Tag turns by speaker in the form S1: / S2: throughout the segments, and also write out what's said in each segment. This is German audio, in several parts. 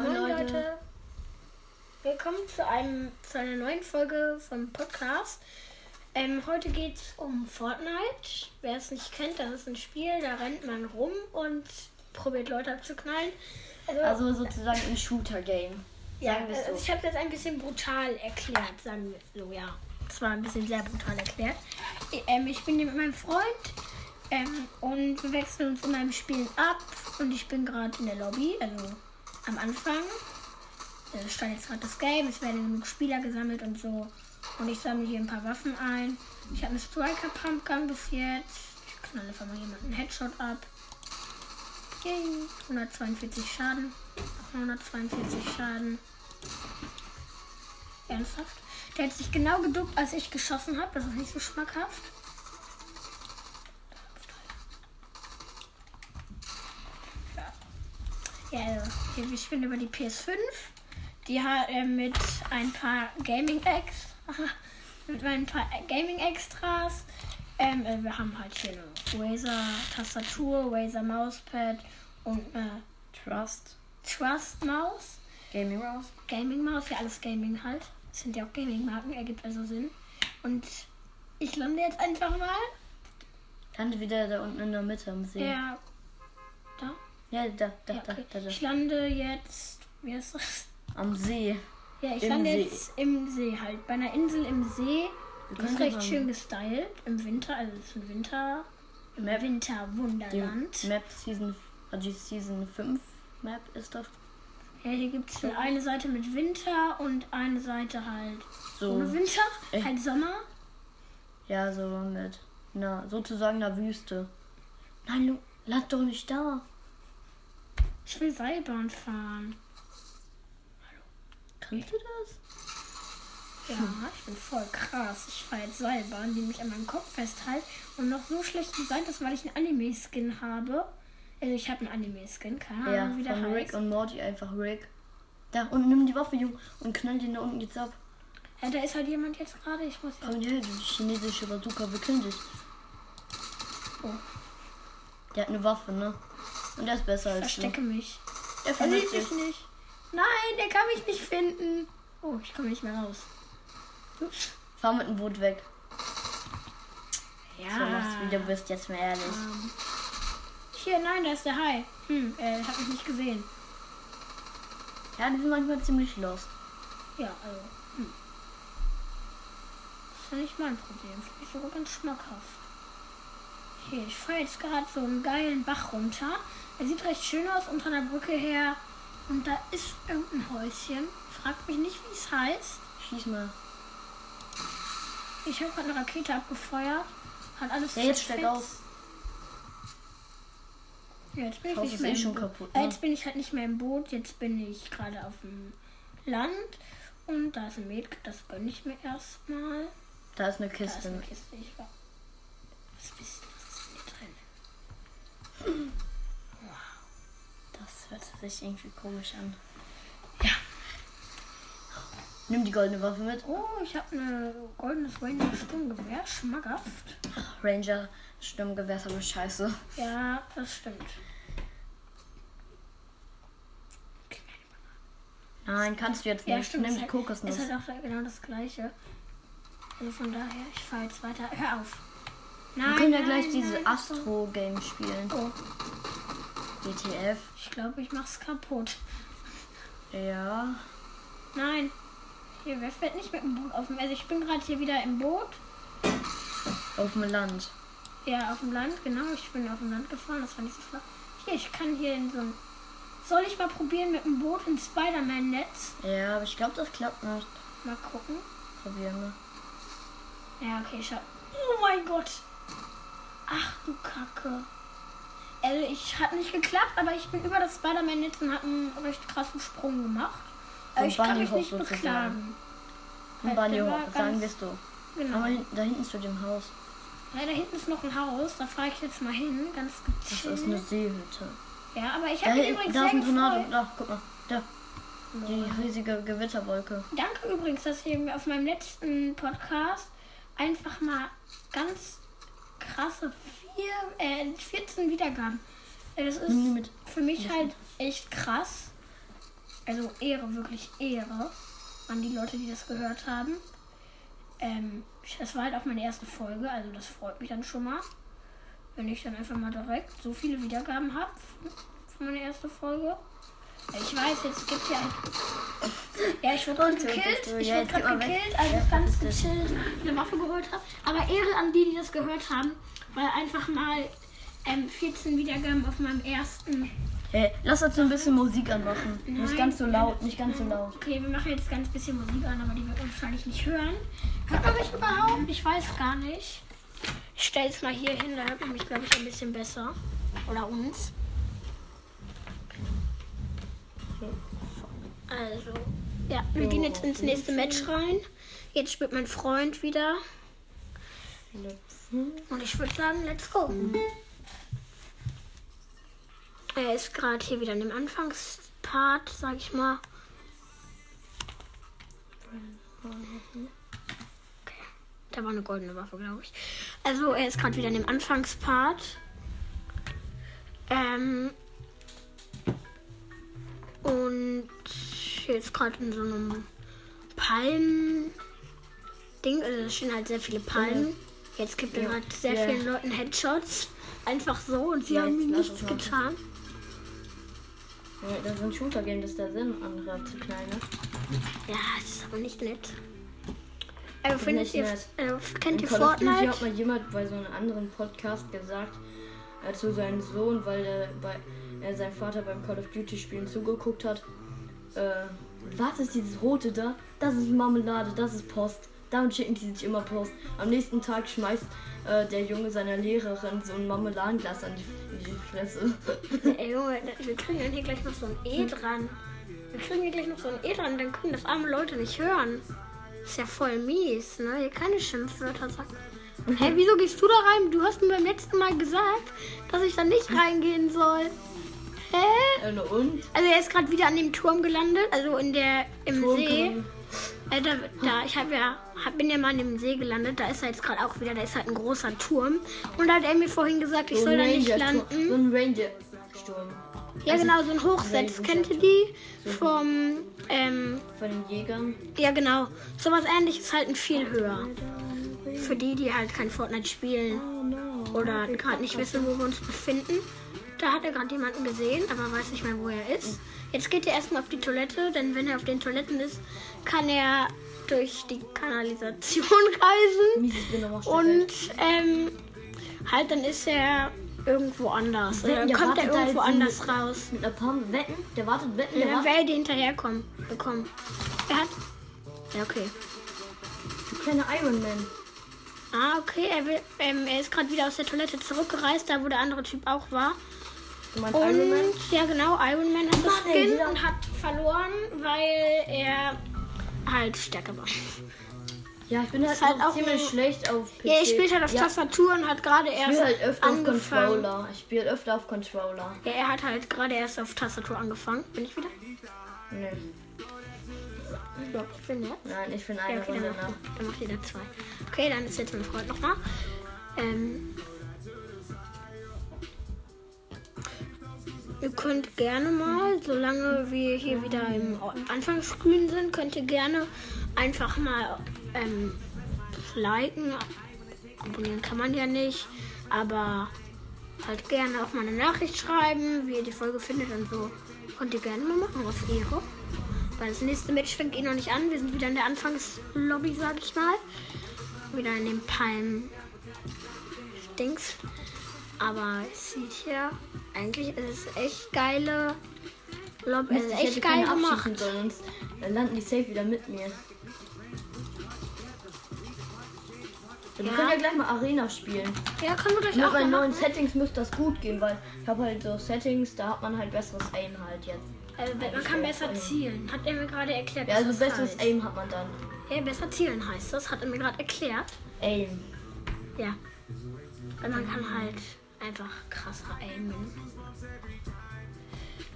S1: Leute, willkommen zu, einem, zu einer neuen Folge vom Podcast. Ähm, heute geht es um Fortnite. Wer es nicht kennt, das ist ein Spiel, da rennt man rum und probiert Leute abzuknallen. Also,
S2: Also sozusagen ein Shooter-Game.
S1: ja,
S2: sagen wir's
S1: also
S2: so.
S1: ich habe das ein bisschen brutal erklärt, sagen wir so, ja. Das war ein bisschen sehr brutal erklärt. I- Ähm, ich bin hier mit meinem Freund ähm, und wir wechseln uns in meinem Spiel ab und ich bin gerade in der Lobby, also am Anfang. Also Es stand jetzt gerade das Game, es werden genug Spieler gesammelt und so. Und ich sammle hier ein paar Waffen ein. Ich habe eine Striker Pumpgun bis jetzt. Ich knalle einfach mal jemanden einen Headshot ab. Yay. 142 Schaden. Noch 142 Schaden. Ernsthaft? Der hat sich genau geduckt, als ich geschossen habe. Das ist nicht so schmackhaft. Ja, also, hier, wir spielen über die PS5. Die hat äh, mit ein paar Gaming Ex mit ein paar Gaming Extras. Ähm, äh, wir haben halt hier eine Razer Tastatur, Razer Mauspad und äh, eine
S2: Trust.
S1: Trust Maus.
S2: Gaming Rouse.
S1: Gaming Maus, ja alles Gaming halt. Das sind ja auch Gaming Marken, ergibt also Sinn. Und ich lande jetzt einfach mal.
S2: Dann wieder da unten in der Mitte am See.
S1: Ja, da.
S2: Ja, da, da,
S1: Ja, okay.
S2: da, da,
S1: Ich
S2: da.
S1: lande jetzt. Wie ist das?
S2: Am See.
S1: Ja, ich
S2: Im
S1: lande
S2: See.
S1: jetzt im See halt. Bei einer Insel im See.
S2: Wir
S1: Das ist
S2: könnten
S1: recht
S2: mal
S1: schön gestylt. Im Winter, also es ist ein Winter. Im
S2: Map- Die
S1: Winterwunderland.
S2: Map Season, also Season 5 Map ist das.
S1: Ja, hier gibt es eine Seite mit Winter und eine Seite halt
S2: So,
S1: ohne Winter,
S2: Echt?
S1: halt Sommer.
S2: ja, so mit na, sozusagen einer Wüste. Nein, Lu, land doch nicht da.
S1: Ich will Seilbahn fahren.
S2: Kannst du das?
S1: Ja, ich bin voll krass. Ich fahre jetzt Seilbahn, die mich an meinem Kopf festhält und noch so schlecht designt ist, weil ich einen Anime-Skin habe. Also ich habe einen Anime-Skin, keine Ahnung,
S2: ja,
S1: Ah, wie der
S2: von Rick
S1: heißt.
S2: und Morty einfach Rick. Da, und nimm die Waffe, Junge, und knall den da unten jetzt ab.
S1: Ja, da ist halt jemand jetzt gerade. Ich muss jetzt...
S2: Komm her, du chinesische Bazooka, wir killen dich.
S1: Oh,
S2: Der hat eine Waffe, ne? Und der ist besser als du.
S1: verstecke mich.
S2: Der
S1: Er
S2: verletzt
S1: sieht mich
S2: dich.
S1: nicht. Nein, der kann mich nicht finden. Oh, ich komme nicht mehr raus. Ups.
S2: Fahr mit dem Boot weg.
S1: Ja.
S2: So machst
S1: Ah.
S2: du wieder, bist jetzt mal ehrlich.
S1: Ähm, hier, nein, da ist der Hai. Hm, äh, hab mich nicht gesehen.
S2: Ja, die sind manchmal ziemlich lost.
S1: Ja, also, hm. Das ist ja nicht mein Problem. Finde ich sogar ganz schmackhaft. Hier, ich fahre jetzt gerade so einen geilen Bach runter. Er sieht recht schön aus, unter einer Brücke her. Und da ist irgendein Häuschen. Fragt mich nicht, wie es heißt.
S2: Schieß mal.
S1: Ich habe gerade eine Rakete abgefeuert. Hat alles
S2: Ja, jetzt steig
S1: zerfetzt.
S2: auf.
S1: Ja, jetzt bin ich
S2: Das Haus
S1: nicht
S2: ist
S1: mehr
S2: eh
S1: im
S2: schon
S1: Boot.
S2: kaputt,
S1: Äh,
S2: ne?
S1: Jetzt bin ich halt nicht mehr im Boot, jetzt bin ich gerade auf dem Land und da ist ein Met, das gönne ich mir erstmal.
S2: Da ist eine
S1: Da ist eine
S2: Kiste.
S1: Kiste, ich war. Was bist du? Was ist denn hier drin?
S2: Das hört sich irgendwie komisch an.
S1: Ja.
S2: Nimm die goldene Waffe mit.
S1: Oh, ich habe eine goldenes Ranger Sturmgewehr, schmackhaft.
S2: Ranger, Sturmgewehr ist aber scheiße.
S1: Ja, das stimmt.
S2: Nein, kannst du jetzt
S1: Ja,
S2: nicht.
S1: stimmt.
S2: Nimm
S1: Ist
S2: die
S1: halt,
S2: Kokosnuss.
S1: ist halt auch genau das gleiche. Also von daher, ich fahre jetzt weiter. Hör auf. Nein,
S2: Wir können ja
S1: nein,
S2: gleich
S1: nein,
S2: diese
S1: das ist doch-
S2: Astro-Game spielen.
S1: Oh,
S2: WTF.
S1: ich glaube, ich mach's kaputt.
S2: Ja.
S1: Nein. Hier, wer fährt nicht mit dem Boot auf dem. Also ich bin gerade hier wieder im Boot.
S2: Auf dem Land.
S1: Ja, auf dem Land, genau. Ich bin auf dem Land gefahren, das war nicht so schlau. Hier, ich kann hier in so ein. Soll ich mal probieren mit dem Boot ins Spider-Man-Netz?
S2: Ja, aber ich glaube, das klappt nicht.
S1: Mal gucken.
S2: Probieren wir.
S1: Ja, okay, ich hab. Oh mein Gott! Ach du Kacke. Also ich hat nicht geklappt, aber ich bin über das Spider-Man-Netz und hab einen recht krassen Sprung gemacht.
S2: Vom
S1: Aber ich kann mich
S2: Bunnyhop
S1: nicht
S2: sozusagen.
S1: beklagen.
S2: Und
S1: Halt,
S2: Bunny
S1: der war
S2: Hop, sagen
S1: ganz-
S2: wir es so.
S1: Genau.
S2: Aber hin, da hinten zu dem Haus.
S1: Ja, da hinten ist noch ein Haus, da fahre ich jetzt mal hin, ganz
S2: Das
S1: gechillt.
S2: ist eine Seehütte.
S1: Ja, aber ich
S2: Da,
S1: habe mich
S2: hinten,
S1: übrigens
S2: da ist
S1: sehr
S2: ein Tornado.
S1: gefreut.
S2: Da, guck mal. Da. Die riesige Gewitterwolke.
S1: Danke übrigens, dass ihr mir auf meinem letzten Podcast einfach mal ganz krasse vier, äh,
S2: Mhm.
S1: 14 Wiedergaben. Äh, Das ist
S2: Nimm die mit.
S1: für mich halt echt krass. Äh, Also Ehre, wirklich Ehre an die Leute, die das gehört haben. Ähm, ich- das war halt auch meine erste Folge, also das freut mich dann schon mal. Wenn ich dann einfach mal direkt so viele Wiedergaben habe für meine erste Folge. Ich weiß, jetzt gibt ja. Ja, ich wurde gerade
S2: so
S1: gekillt.
S2: bist du.
S1: Ich
S2: Ja,
S1: wurde
S2: jetzt
S1: gerade
S2: geh mal weg.
S1: gekillt, als
S2: Ja,
S1: ich ganz
S2: das ist
S1: gechillt eine Waffe geholt habe. Aber Ehre an die, die das gehört haben, weil einfach mal ähm, 14 Wiedergaben auf meinem ersten.
S2: Hey, lass uns so ein bisschen Musik anmachen. Nicht
S1: Nein.
S2: ganz so laut, nicht ganz so laut.
S1: Okay, wir machen jetzt ganz bisschen Musik an, aber die wird man wahrscheinlich nicht hören. Hört man mich überhaupt? Ich weiß gar nicht. Ich stelle es mal hier hin, da hört man mich, glaube ich, ein bisschen besser. Oder uns. Also, ja, wir gehen jetzt ins nächste Match rein. Jetzt spielt mein Freund wieder. Und ich würde sagen, let's go. Er ist gerade hier wieder in dem Anfangspart, sag ich mal. Okay. Da war eine goldene Waffe, glaube ich. Also, er ist gerade wieder in dem Anfangspart. Ähm. Und jetzt gerade in so einem Palmen-Ding. Also, es stehen halt sehr viele Palmen. Jetzt gibt er gerade sehr
S2: Ja.
S1: vielen Leuten Headshots. Einfach so und sie
S2: Ja,
S1: haben
S2: jetzt
S1: ihm
S2: lass
S1: nichts
S2: es machen.
S1: getan.
S2: Ja, das sind Shooter-Game, das ist der Sinn, andere zu kleine.
S1: Ja, das ist aber nicht nett. Also,
S2: ist
S1: findet
S2: nicht
S1: ihr,
S2: nett.
S1: also, kennt ihr
S2: In Call of Duty
S1: Fortnite?
S2: hat mal jemand bei so einem anderen Podcast gesagt, äh, zu seinem Sohn, weil er bei er sein Vater beim Call of Duty Spielen zugeguckt hat. Äh, was ist dieses rote da? Das ist Marmelade, das ist Post. Damit schicken die sich immer Post. Am nächsten Tag schmeißt äh, der Junge seiner Lehrerin so ein Marmeladenglas an die, in die Fresse.
S1: Ey, E. Junge, wir kriegen dann hier gleich noch so ein E dran. Wir kriegen hier gleich noch so ein E dran, dann können das arme Leute nicht hören. Ist ja voll mies, ne? Hier keine Schimpfwörter sagen. Hey, wieso gehst du da rein? Du hast mir beim letzten Mal gesagt, dass ich da nicht reingehen soll. Hä?
S2: äh, und?
S1: Also er ist gerade wieder an dem Turm gelandet, also in der im
S2: Turm
S1: See.
S2: gelandet.
S1: Äh, da, da, ich hab ja, hab, bin ja mal an dem See gelandet, da ist er jetzt gerade auch wieder, da ist halt ein großer Turm. Und da hat er mir vorhin gesagt, ich
S2: So
S1: soll
S2: ein
S1: da nicht
S2: Ranger-Sturm-
S1: landen.
S2: So ein Ranger-Sturm.
S1: Ja, genau, so ein Hochsitz.
S2: Ranger.
S1: Kennt ihr die? Vom, ähm,
S2: Von den Jägern.
S1: ja, genau. Sowas ähnliches halt ein viel höher. Für die, die halt kein Fortnite spielen
S2: Oh no.
S1: oder gerade nicht wissen, wo wir uns befinden. Da hat er gerade jemanden gesehen, aber weiß nicht mehr, wo er ist. Jetzt geht er erstmal auf die Toilette, denn wenn er auf den Toiletten ist, kann er durch die Kanalisation reisen.
S2: Mieses bin nochmal
S1: Und ähm, halt, dann ist er irgendwo anders.
S2: Wenn
S1: Dann
S2: der
S1: kommt er
S2: wartet da
S1: irgendwo
S2: jetzt in-
S1: anders raus.
S2: Mit einer Palme wetten? Der wartet wetten,
S1: Ja,
S2: der
S1: dann
S2: wartet.
S1: wäre die hinterherkommen bekommen. Er hat. Ja, okay.
S2: Du kleiner Iron Man.
S1: Ah, okay. Er, will, ähm, er ist gerade wieder aus der Toilette zurückgereist, da wo der andere Typ auch war.
S2: Du meinst Iron Man?
S1: Und ja, genau, Iron Man hat das
S2: Mann, ey,
S1: Skin
S2: dieser-
S1: und hat verloren, weil er halt stärker war.
S2: Ja, ich bin halt,
S1: Ist halt
S2: noch
S1: auch
S2: ziemlich
S1: ein-
S2: schlecht auf PC.
S1: Ja, er spielt halt auf
S2: Ja,
S1: Tastatur und hat gerade
S2: Ich
S1: erst
S2: spiele halt öfter auf
S1: angefangen.
S2: Controller. Ich spiele öfter auf Controller.
S1: Ja, er hat halt gerade erst auf Tastatur angefangen. Bin ich wieder?
S2: Nee.
S1: Ja, ich bin jetzt.
S2: Nein, ich bin
S1: Ja,
S2: eine
S1: okay, dann
S2: Runde
S1: macht,
S2: nach.
S1: dann macht jeder zwei. Okay, dann ist jetzt mein Freund nochmal. Ähm, ihr könnt gerne mal, solange wir hier wieder im Anfangsgrün sind, könnt ihr gerne einfach mal ähm, liken. Abonnieren kann man ja nicht, aber halt gerne auch mal eine Nachricht schreiben, wie ihr die Folge findet und so. Könnt ihr gerne mal machen auf Ehre. Weil das nächste Match fängt eh noch nicht an. Wir sind wieder in der Anfangslobby, sag ich mal. Wieder in den Palmen. Dings. Aber es sieht hier eigentlich, es ist echt geile Lobby. Also Es ist
S2: Mist, Also, ich hätte
S1: echt geil
S2: keinen
S1: gemacht.
S2: abschießen sollen, sonst dann landen die safe wieder mit mir. Wir
S1: Ja.
S2: können ja gleich mal Arena spielen.
S1: Ja, können wir gleich
S2: Mit
S1: auch mal
S2: meinen neuen
S1: machen.
S2: Settings müsste das gut gehen, weil ich habe halt so Settings, da hat man halt besseres Aim halt jetzt.
S1: Äh, man kann besser zielen. Hat er mir gerade erklärt.
S2: Ja,
S1: was
S2: also
S1: das
S2: besseres
S1: heißt.
S2: Aim hat man dann.
S1: Ja, besser zielen heißt das. Hat er mir gerade erklärt.
S2: Aim.
S1: Ja. Weil man kann halt einfach krasser aimen.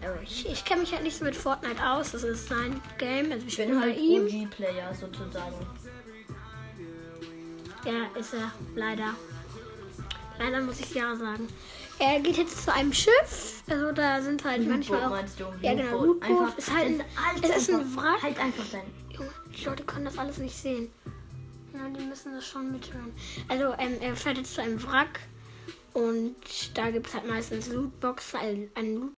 S1: Also ich ich kenne mich halt nicht so mit Fortnite aus. Das ist sein Game. Also ich
S2: Ich
S1: bin
S2: bin halt
S1: bei ihm.
S2: OG-Player sozusagen.
S1: Ja, ist er. Leider. Leider muss ich ja sagen. Er geht jetzt zu einem Schiff. Also da sind halt manchmal
S2: Lootboot
S1: auch.
S2: meinst du?
S1: ja, genau.
S2: Lootboot.
S1: Lootboot ist halt ein,
S2: halt
S1: es ist ein
S2: einfach-
S1: Wrack.
S2: Halt einfach dein.
S1: Junge, die Leute können das alles nicht sehen. Ja, die müssen das schon mithören. Also ähm, er fährt jetzt zu einem Wrack und da gibt es halt meistens Lootboxen, einen, einen Loot.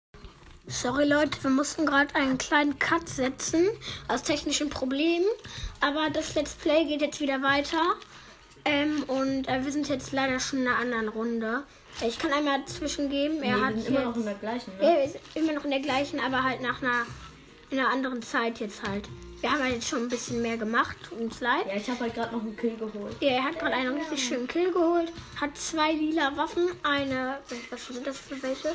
S1: Sorry Leute, wir mussten gerade einen kleinen Cut setzen aus technischen Problemen, aber das Let's Play geht jetzt wieder weiter ähm, und äh, wir sind jetzt leider schon in einer anderen Runde. Ich kann einmal dazwischen geben. Er
S2: Nee, wir
S1: hat
S2: sind immer
S1: jetzt-
S2: noch in der gleichen,
S1: ja,
S2: ne?
S1: wir sind immer noch in der gleichen, aber halt nach einer, in einer anderen Zeit jetzt halt. Wir haben halt jetzt schon ein bisschen mehr gemacht, tut uns leid.
S2: Ja, ich habe halt gerade noch einen Kill geholt.
S1: Ja, er hat gerade einen richtig schönen Kill geholt, hat zwei lila Waffen, eine, was sind das für welche?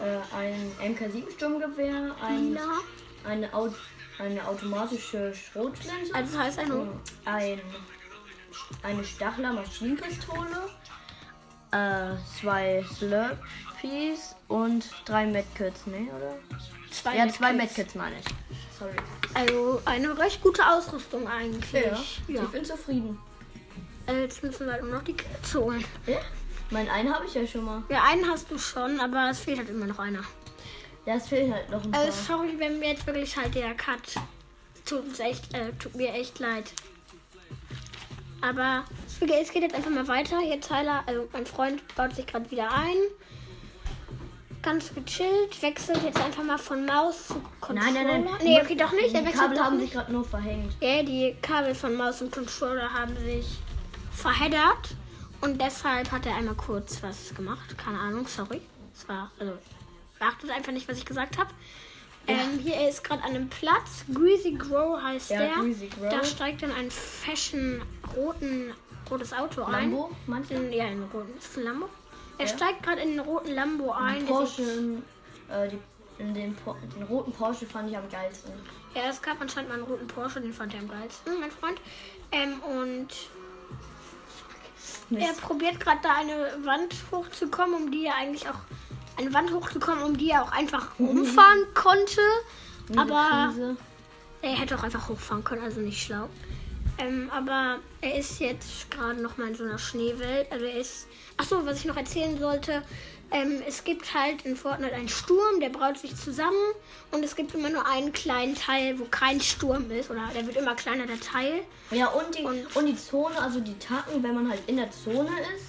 S2: Äh, ein MK7-Sturmgewehr, ein,
S1: Lila.
S2: eine, Au eine automatische Schrotflinte,
S1: Also das heißt eine,
S2: ein, eine Stachler Maschinenpistole, äh, zwei Slurpees und drei Medkits, ne, oder?
S1: zwei
S2: ja, zwei
S1: Medkits.
S2: Medkits meine ich. Sorry.
S1: Also eine recht gute Ausrüstung eigentlich. Ja.
S2: Ich bin zufrieden.
S1: Äh, Jetzt müssen wir halt nur noch die Kills holen.
S2: Ja? Mein einen habe ich ja schon mal.
S1: Ja, einen hast du schon, aber es fehlt halt immer noch einer.
S2: Ja, es fehlt halt noch ein paar.
S1: Äh, sorry, wenn mir jetzt wirklich halt der Cut. Tut, uns echt, äh, tut mir echt leid. Aber es geht es geht jetzt einfach mal weiter. Hier Tyler, also mein Freund, baut sich gerade wieder ein. Ganz gechillt, wechselt jetzt einfach mal von Maus zu Controller.
S2: nein, nein, nein.
S1: Nee, okay, doch nicht. Er
S2: Die
S1: wechselt
S2: Kabel
S1: doch
S2: haben
S1: nicht.
S2: sich gerade nur verhängt.
S1: Ja, die Kabel von Maus und Controller haben sich verheddert und deshalb hat er einmal kurz was gemacht. Keine Ahnung, sorry. Es war, also, beachtet einfach nicht, was ich gesagt habe. Ähm, hier er ist gerade an einem Platz. Greasy Grow heißt
S2: Ja,
S1: der.
S2: Greasy Grow.
S1: Da steigt dann ein fashion roten, rotes Auto ein.
S2: Lambo, meinst du?
S1: In, ja, in den roten. Ist das ein Lambo? Er
S2: Ja.
S1: steigt gerade in den roten Lambo ein. Der sieht-
S2: Porsche, äh, die, in den, Por- den roten Porsche fand ich am geilsten.
S1: Ja, es gab anscheinend mal einen roten Porsche, den fand er am geilsten, Mhm, mein Freund. Ähm, und Er
S2: Mist.
S1: probiert gerade da eine Wand hochzukommen, um die er eigentlich auch eine Wand hochzukommen, um die er auch einfach umfahren konnte. Mhm.
S2: Diese
S1: Aber
S2: Krise.
S1: er hätte auch einfach hochfahren können, also nicht schlau. Ähm, aber er ist jetzt gerade noch mal in so einer Schneewelt. Also er ist. Achso, was ich noch erzählen sollte. Ähm, es gibt halt in Fortnite einen Sturm, der braut sich zusammen. Und es gibt immer nur einen kleinen Teil, wo kein Sturm ist. Oder der wird immer kleiner, der Teil.
S2: Ja, und die,
S1: Und-
S2: und, die Zone, also die Tacken, wenn man halt in der Zone ist,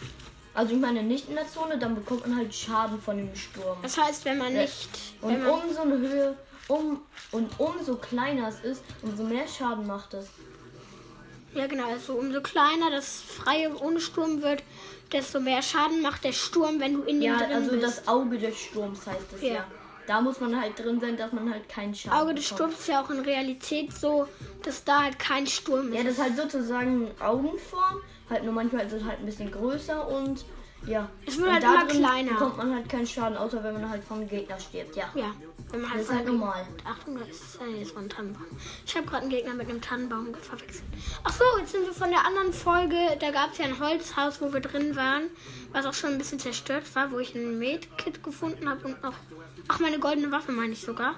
S2: also ich meine nicht in der Zone, dann bekommt man halt Schaden von dem Sturm.
S1: Das heißt, wenn man
S2: Ja.
S1: nicht. wenn
S2: Und
S1: man,
S2: umso eine Höhe, um und umso kleiner es ist, umso mehr Schaden macht es.
S1: Ja, genau. Also umso kleiner das Freie ohne Sturm wird, desto mehr Schaden macht der Sturm, wenn du in dem
S2: Ja,
S1: drin
S2: also
S1: bist.
S2: das Auge des Sturms heißt es
S1: Ja.
S2: ja. Da muss man halt drin sein, dass man halt keinen Schaden
S1: Auge des
S2: bekommt.
S1: Sturms ist ja auch in Realität so, dass da halt kein Sturm
S2: Ja,
S1: ist.
S2: das ist halt sozusagen Augenform, halt nur manchmal ist es halt ein bisschen größer und ja.
S1: Es wird
S2: und
S1: halt
S2: da
S1: immer
S2: drin
S1: kleiner.
S2: bekommt man halt keinen Schaden, außer wenn man halt vom Gegner stirbt, ja.
S1: Ja, wenn man halt
S2: Das ist halt
S1: von-
S2: normal.
S1: Achtung, das ist, äh, jetzt war ein Tannenbaum. Ich habe gerade einen Gegner mit einem Tannenbaum verwechselt. Ach so, jetzt sind wir von der anderen Folge. Da gab es ja ein Holzhaus, wo wir drin waren, was auch schon ein bisschen zerstört war, wo ich ein Medkit gefunden habe und noch. Ach, meine goldene Waffe meine ich sogar.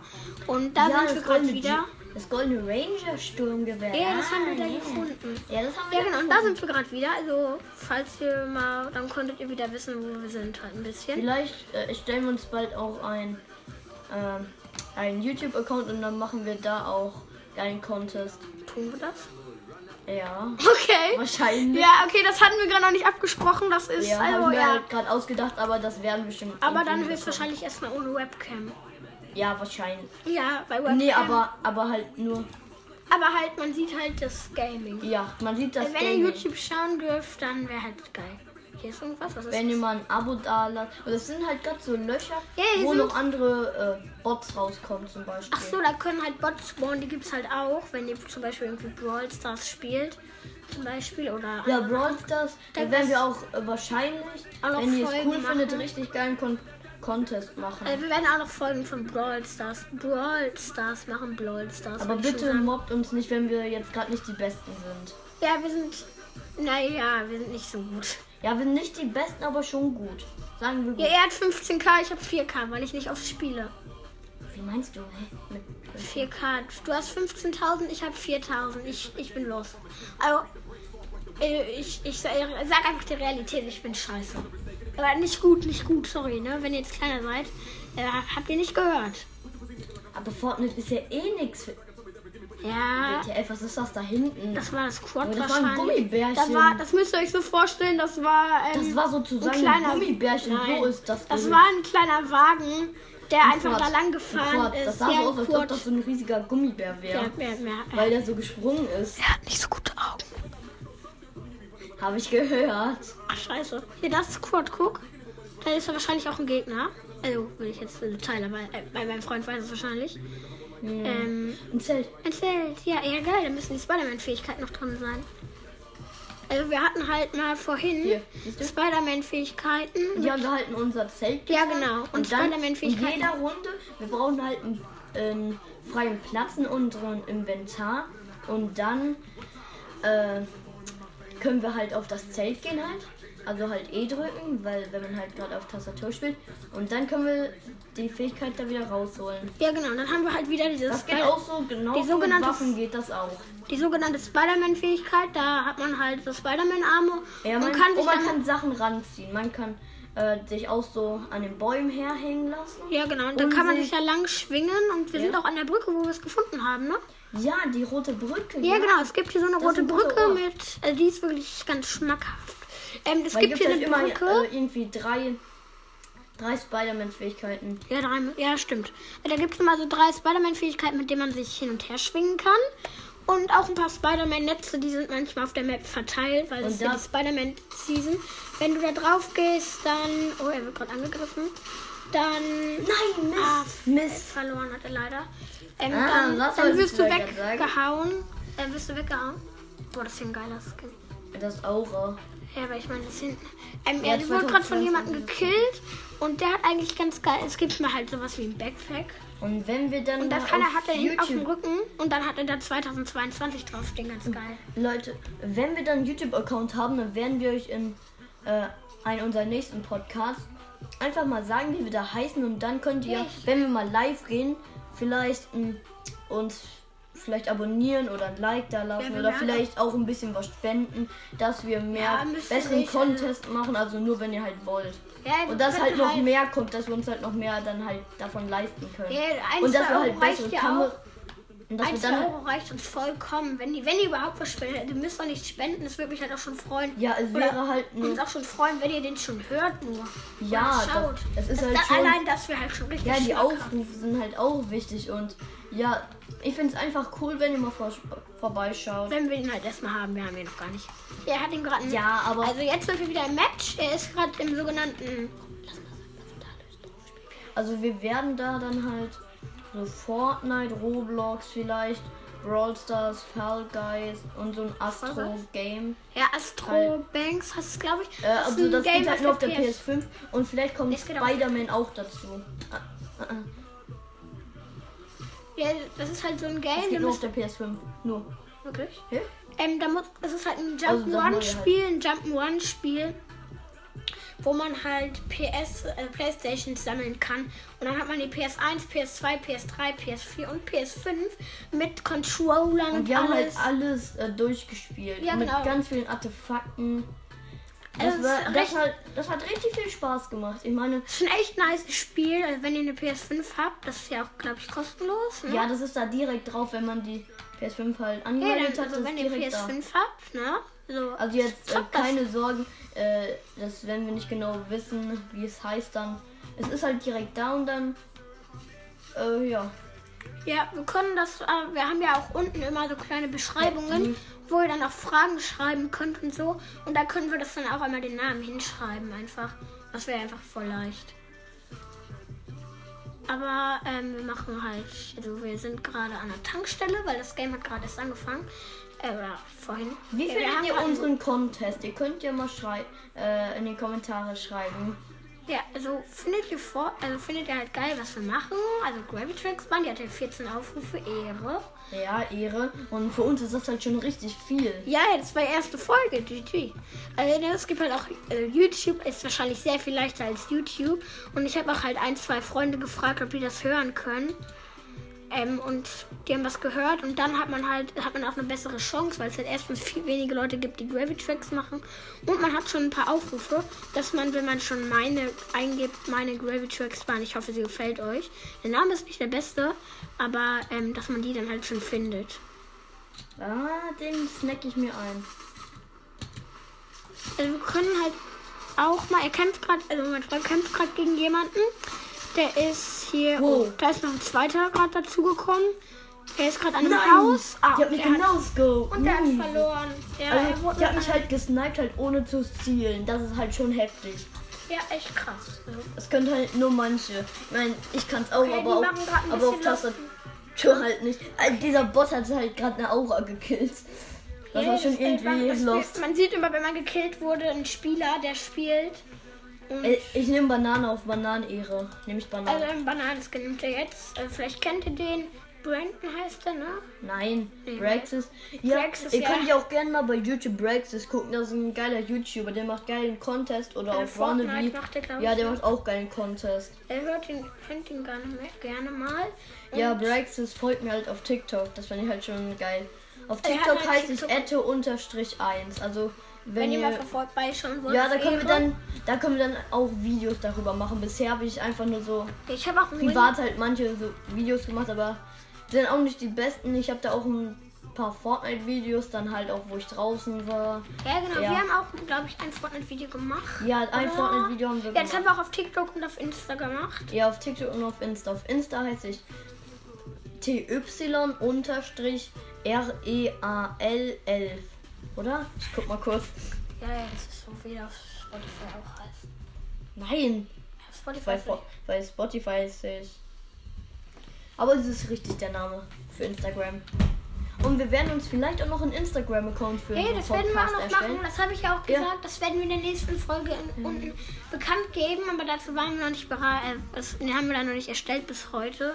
S1: Und da
S2: Ja,
S1: sind wir
S2: das
S1: gerade
S2: goldene-
S1: wieder.
S2: Das goldene Ranger Sturmgewehr.
S1: Ja, das haben wir da
S2: ja.
S1: gefunden.
S2: Ja, das haben wir
S1: Ja, genau, und da
S2: gefunden.
S1: sind wir gerade wieder. Also, falls ihr mal, dann konntet ihr wieder wissen, wo wir sind, halt ein bisschen.
S2: Vielleicht äh, stellen wir uns bald auch ein, ähm, einen YouTube-Account und dann machen wir da auch einen Contest.
S1: Tun wir das?
S2: Ja,
S1: Okay.
S2: wahrscheinlich.
S1: Ja, okay, das hatten wir gerade noch nicht abgesprochen. Das ist,
S2: Ja, hab
S1: also,
S2: ich mir
S1: ja.
S2: halt gerade ausgedacht, aber das werden bestimmt.
S1: Aber
S2: irgendwie
S1: dann
S2: hinbekommen.
S1: höchstwahrscheinlich erstmal ohne Webcam.
S2: Ja, wahrscheinlich.
S1: Ja, bei Webcam.
S2: Nee, aber, aber halt nur.
S1: Aber halt, man sieht halt das Gaming. Also,
S2: Ja, man sieht das.
S1: Wenn ihr
S2: Gaming.
S1: YouTube schauen dürft, dann wäre halt geil. Hier ist irgendwas, was ist
S2: Wenn ihr mal ein Abo da lasst. Und es sind halt gerade so Löcher,
S1: Ja, hier
S2: wo
S1: sind-
S2: noch andere äh, Bots rauskommen zum Beispiel.
S1: Ach so, da können halt Bots spawnen, die gibt's halt auch, wenn ihr zum Beispiel irgendwie Brawl Stars spielt, zum Beispiel, oder...
S2: Ja, Brawl Stars,
S1: Da
S2: da werden wir auch
S1: gibt's-
S2: äh, wahrscheinlich,
S1: Auch noch
S2: wenn ihr es
S1: Folgen
S2: cool findet,
S1: machen.
S2: richtig geilen Kon Contest machen.
S1: Äh, wir werden auch noch Folgen von Brawl Stars, Brawl Stars machen, Brawl Stars.
S2: Aber
S1: wollte ich
S2: bitte
S1: schon sagen.
S2: mobbt uns nicht, wenn wir jetzt gerade nicht die Besten sind.
S1: Ja, wir sind... Naja, wir sind nicht so gut.
S2: Ja, wir sind nicht die Besten, aber schon gut. Sagen wir gut.
S1: Ja, er hat 15k, ich habe 4k, weil ich nicht oft spiele.
S2: Wie meinst du? Hä? Mit,
S1: 4K. Du hast 15.000, ich habe 4.000. Ich, ich bin los. Also, äh, ich, ich sag sag einfach die Realität, ich bin scheiße. Aber nicht gut, nicht gut, sorry, ne? Wenn ihr jetzt kleiner seid, äh, habt ihr nicht gehört.
S2: Aber Fortnite ist ja eh nix. für-
S1: Ja.
S2: WTF, was ist das da hinten?
S1: Das war das Quad
S2: Aber das war ein
S1: wahrscheinlich.
S2: Gummibärchen.
S1: Das, war, das müsst ihr euch so vorstellen, das war. Ähm,
S2: Das war sozusagen ein Gummibärchen. So
S1: Nein.
S2: ist das
S1: Das
S2: Ding.
S1: war ein kleiner Wagen, der einfach
S2: Quad.
S1: da lang
S2: Ein
S1: gefahren
S2: Quad.
S1: ist.
S2: Das sah
S1: ja,
S2: so aus, als ob
S1: Quad.
S2: das so ein riesiger Gummibär
S1: ja,
S2: wäre.
S1: ja, ja, ja.
S2: Weil der so gesprungen ist.
S1: Er hat nicht so gute Augen.
S2: Habe ich gehört.
S1: Ach, scheiße. Hier, das ist Quad, guck. Da ist er wahrscheinlich auch ein Gegner. Also, würde ich jetzt äh, teilen, weil äh, bei meinem Freund weiß es wahrscheinlich. Ähm,
S2: Ein Zelt.
S1: ein Zelt. Ja, ja, geil. Da müssen die Spider-Man-Fähigkeiten noch drin sein. Also, wir hatten halt mal vorhin
S2: Hier, siehst du?
S1: Spider-Man-Fähigkeiten.
S2: Die haben da halt in unser Zelt
S1: Ja,
S2: getan.
S1: genau. Und
S2: dann in
S1: Spider-Man-Fähigkeiten.
S2: jeder Runde, wir brauchen halt einen, ähm, freien Platz in unserem Inventar. Und dann äh, können wir halt auf das Zelt gehen halt. Also halt E drücken, weil wenn man halt gerade auf Tastatur spielt. Und dann können wir die Fähigkeit da wieder rausholen.
S1: Ja, genau. Dann haben wir halt wieder dieses
S2: Das geht
S1: Spider-
S2: auch so genau.
S1: die
S2: so mit
S1: sogenannte-
S2: Waffen geht das auch.
S1: die sogenannte Spider-Man-Fähigkeit. Da hat man halt so Spider-Man-Arme
S2: Ja, man,
S1: und kann
S2: und
S1: sich
S2: man
S1: dann...
S2: kann Sachen ranziehen. Man kann äh, sich auch so an den Bäumen herhängen lassen.
S1: ja, genau. Und dann
S2: und
S1: kann man
S2: sich-
S1: sich ja lang schwingen. Und wir
S2: Ja.
S1: sind auch an der Brücke, wo wir es gefunden haben, ne?
S2: Ja, die rote Brücke. ne?
S1: Ja, genau. Es gibt hier so eine
S2: Mhm. ist
S1: rote
S2: ein guter
S1: Brücke
S2: Ort.
S1: mit. Also die ist wirklich ganz schmackhaft. Ähm, es
S2: Weil
S1: gibt hier
S2: halt
S1: eine
S2: immer
S1: Brücke.
S2: Äh, irgendwie drei, drei Spider-Man-Fähigkeiten.
S1: ja, drei, ja, stimmt. Da gibt es immer so drei Spider-Man-Fähigkeiten, mit denen man sich hin und her schwingen kann. Und auch ein paar Spider-Man-Netze, die sind manchmal auf der Map verteilt, weil das
S2: Und
S1: ist ja
S2: da-
S1: die Spider-Man-Season. Wenn du da drauf gehst, dann. Oh, er wird gerade angegriffen. Dann.
S2: Nein, Mist.
S1: Ah,
S2: Mist.
S1: verloren hatte leider. Ähm,
S2: Ah,
S1: dann
S2: was
S1: dann
S2: wolltest
S1: wirst
S2: du
S1: du
S2: gerade sagen?
S1: weggehauen. Dann wirst du weggehauen. Boah, das ist ja ein geiler Skin.
S2: Das Aura.
S1: Ja, aber ich meine, das hinten. Ähm,
S2: Ja,
S1: er wurde gerade von
S2: 2022
S1: jemandem gekillt und der hat eigentlich ganz geil. Es gibt mir halt sowas wie ein Backpack.
S2: Und wenn wir dann
S1: Und das
S2: mal
S1: kann er
S2: auf
S1: hat er hinten auf dem
S2: YouTube,
S1: Rücken und dann hat er da 2022 draufstehen, ganz geil.
S2: Leute, wenn wir dann einen YouTube-Account haben, dann werden wir euch in äh, einen unserer nächsten Podcasts einfach mal sagen, wie wir da heißen. Und dann könnt ihr,
S1: Echt?
S2: wenn wir mal live gehen, vielleicht mh, uns vielleicht abonnieren oder ein Like da lassen
S1: wir
S2: oder
S1: werden-
S2: vielleicht auch ein bisschen was spenden, dass wir
S1: genau.
S2: mehr
S1: Ja, müsst ihr
S2: besseren
S1: nicht, Also
S2: Contest machen. Also nur, wenn ihr halt wollt.
S1: Ja,
S2: Und dass halt noch
S1: mehr
S2: mehr kommt, dass wir uns halt noch mehr dann halt davon leisten können.
S1: Ja, ein,
S2: und dass
S1: zwei
S2: wir
S1: Euro
S2: halt
S1: reicht
S2: bessere
S1: ja
S2: Kamera. Und dass wir
S1: 1
S2: dann halt,
S1: Euro reicht uns vollkommen. Wenn die, wenn ihr überhaupt was spendet, ihr müsst doch nicht spenden, das würde mich halt auch schon freuen.
S2: Ja, es
S1: Oder
S2: wäre halt ein-
S1: uns auch schon freuen, wenn ihr den schon hört nur.
S2: Ja,
S1: Oder schaut.
S2: das- das ist halt
S1: da,
S2: schon-
S1: allein, dass wir halt schon richtig
S2: ja, die
S1: Schmack haben.
S2: Aufrufe sind halt auch wichtig. Und ja, ich finde es einfach cool, wenn ihr mal vor, vorbeischaut.
S1: Wenn wir ihn halt erstmal haben, wir haben ihn noch gar nicht. Er hat ihn gerade.
S2: Ja, aber-
S1: Also jetzt sind wir wieder im Match. Er ist gerade im sogenannten.
S2: Also wir werden da dann halt so Fortnite, Roblox vielleicht, Brawl Stars, Fall Guys und so ein Astro
S1: Guys?
S2: Game.
S1: Ja, Astro
S2: Geil.
S1: Banks hast du, glaube ich.
S2: Äh, also
S1: ein
S2: das
S1: Game
S2: geht halt
S1: auf
S2: nur auf der
S1: der PS.
S2: PS5 und vielleicht kommt
S1: Es geht auf-
S2: Spider-Man auch dazu. Ah, ah, ah.
S1: Ja, das ist halt so ein
S2: Es
S1: Game.
S2: geht
S1: Du
S2: nur auf
S1: musst,
S2: der PS5. Nur.
S1: wirklich?
S2: Hä?
S1: Ähm, da muss, es ist halt ein
S2: Also, sag mal,
S1: Jump'n'Run-Spiel, ein Jump'n'Run-Spiel, wo man halt PS, äh, Playstations sammeln kann. Und dann hat man die PS1, PS2, PS3, PS4 und PS5 mit Controllern
S2: Und
S1: und
S2: wir haben
S1: alles.
S2: halt alles äh, durchgespielt.
S1: Ja,
S2: mit
S1: genau.
S2: ganz vielen Artefakten.
S1: Also
S2: Das,
S1: es
S2: war,
S1: ist
S2: das,
S1: recht- Mhm.
S2: hat, das hat richtig viel Spaß gemacht. Ich meine,
S1: Das ist ein echt nice Spiel, also wenn ihr eine PS5 habt, das ist ja auch, glaube ich, kostenlos. Ne?
S2: ja, das ist da direkt drauf, wenn man die PS5 halt
S1: Ja,
S2: angemeldet
S1: dann,
S2: hat.
S1: also
S2: das
S1: wenn
S2: ist
S1: ihr
S2: direkt da.
S1: PS5 habt, ne? So,
S2: Also jetzt äh,
S1: zockt das.
S2: keine Sorgen, äh, dass wenn wir nicht genau wissen, wie es heißt, dann es ist halt direkt da und dann äh, ja.
S1: Ja, wir können das, äh, wir haben ja auch unten immer so kleine
S2: mhm.
S1: Beschreibungen, wo ihr dann auch Fragen schreiben könnt und so. Und da können wir das dann auch einmal den Namen hinschreiben einfach. Das wäre einfach voll leicht. Aber ähm, wir machen halt, also wir sind gerade an der Tankstelle, weil das Game hat gerade erst angefangen. Äh, oder vorhin.
S2: Wie
S1: ja, wir haben halt
S2: findet ihr
S1: gerade-
S2: unseren Contest? Ihr könnt ja mal schrei äh, in die Kommentare schreiben.
S1: Ja, also findet ihr vor, also findet ihr halt geil, was wir machen. Also Gravitrix Band, die hat ja 14 Aufrufe, Ehre.
S2: Ja, Ehre. Und für uns ist das halt schon richtig viel.
S1: Ja, das war die erste Folge, GG. Also es gibt halt auch, also YouTube ist wahrscheinlich sehr viel leichter als YouTube. Und ich habe auch halt ein, zwei Freunde gefragt, ob die das hören können. Ähm, und die haben was gehört und dann hat man halt hat man auch eine bessere Chance, weil es halt erstens viel weniger Leute gibt, die Gravity Tracks machen und man hat schon ein paar Aufrufe, dass man, wenn man schon meine eingibt, meine Gravity Tracks waren. Ich hoffe, sie gefällt euch. Der Name ist nicht der beste, aber ähm, dass man die dann halt schon findet.
S2: Ah, den snack ich mir ein.
S1: Also wir können halt auch mal, er kämpft gerade, also mein Freund kämpft gerade gegen jemanden. Der ist hier,
S2: Wo?
S1: oh, da ist noch ein zweiter gerade dazugekommen. Er ist gerade an einem
S2: Nein!
S1: Haus. Ah,
S2: ich hab mich
S1: er hat-
S2: genau scope.
S1: Und der hat
S2: Mm.
S1: verloren. Ja, er
S2: Also,
S1: wurde
S2: ich hab
S1: mit
S2: mich halt gesniped, halt ohne zu zielen. Das ist halt schon heftig.
S1: einem- Ja, echt krass. Also,
S2: Das können halt nur manche. Ich meine, ich kann's auch,
S1: Okay, die
S2: aber, auf,
S1: machen grad ein
S2: aber auf
S1: bisschen Lust.
S2: Tastatur halt nicht. Also, dieser Bot hat halt gerade eine Aura gekillt. Das war
S1: jedes
S2: schon
S1: Bild war-
S2: irgendwie
S1: das Bild-
S2: lost.
S1: Man sieht immer, wenn man gekillt wurde, ein Spieler, der spielt. Und
S2: Äh, Ich nehme Banane auf Bananenehre. Nehme ich
S1: also
S2: Banane.
S1: ein Bananenskin nimmt er jetzt. Äh, Vielleicht kennt ihr den. Brandon heißt er, ne?
S2: Nein,
S1: Nee.
S2: Braxis. Ja,
S1: Braxis,
S2: ihr
S1: ja.
S2: könnt ja auch gerne mal bei YouTube Braxis gucken. Das ist ein geiler YouTuber, der macht geilen Contest oder
S1: Äh,
S2: auf
S1: Fortnite
S2: Wannabe.
S1: macht der, glaub
S2: Ja,
S1: ich,
S2: der
S1: ne?
S2: macht auch geilen Contest.
S1: Er hört ihn, kennt ihn gerne, gerne mal.
S2: Ja,
S1: Und-
S2: Braxis folgt mir halt auf TikTok. Das fand ich halt schon geil. Auf
S1: Er hat
S2: TikTok
S1: halt
S2: heiße ich
S1: TikTok.
S2: Ette-1. Also, wenn,
S1: Wenn ihr mal
S2: ihr.
S1: vorbeischauen wollt.
S2: Ja,
S1: auf
S2: da können wir
S1: Ehre.
S2: dann, da können wir dann auch Videos darüber machen. Bisher habe ich einfach nur so
S1: Ich habe auch einen
S2: privat halt manche so Videos gemacht, aber die sind auch nicht die besten. Ich habe da auch ein paar Fortnite-Videos, dann halt auch, wo ich draußen war.
S1: Win- Ja, genau.
S2: Ja.
S1: Wir haben auch, glaube ich, ein Fortnite-Video gemacht.
S2: Ja, halt ein
S1: oder?
S2: Fortnite-Video haben wir
S1: Ja, das haben
S2: gemacht.
S1: wir auch auf TikTok und auf Insta gemacht.
S2: Ja, auf TikTok und auf Insta. Auf Insta heiße ich E TY-REAL11. Oder? Ich guck mal kurz.
S1: Ja, ja, das ist so wie auf Spotify auch heißt.
S2: Nein,
S1: Auf Spotify.
S2: Weil, Fo- weil Spotify ist ich. Aber es ist richtig der Name für Instagram. Und wir werden uns vielleicht auch noch einen Instagram-Account für
S1: Hey,
S2: unseren
S1: das werden wir auch
S2: Podcast
S1: noch
S2: erstellen.
S1: machen. Das habe ich ja auch
S2: Ja. Mhm.
S1: gesagt. Das werden wir in der nächsten Folge in, unten bekannt geben. Aber dazu waren wir noch nicht bereit. Äh, das nee, haben wir da noch nicht erstellt bis heute.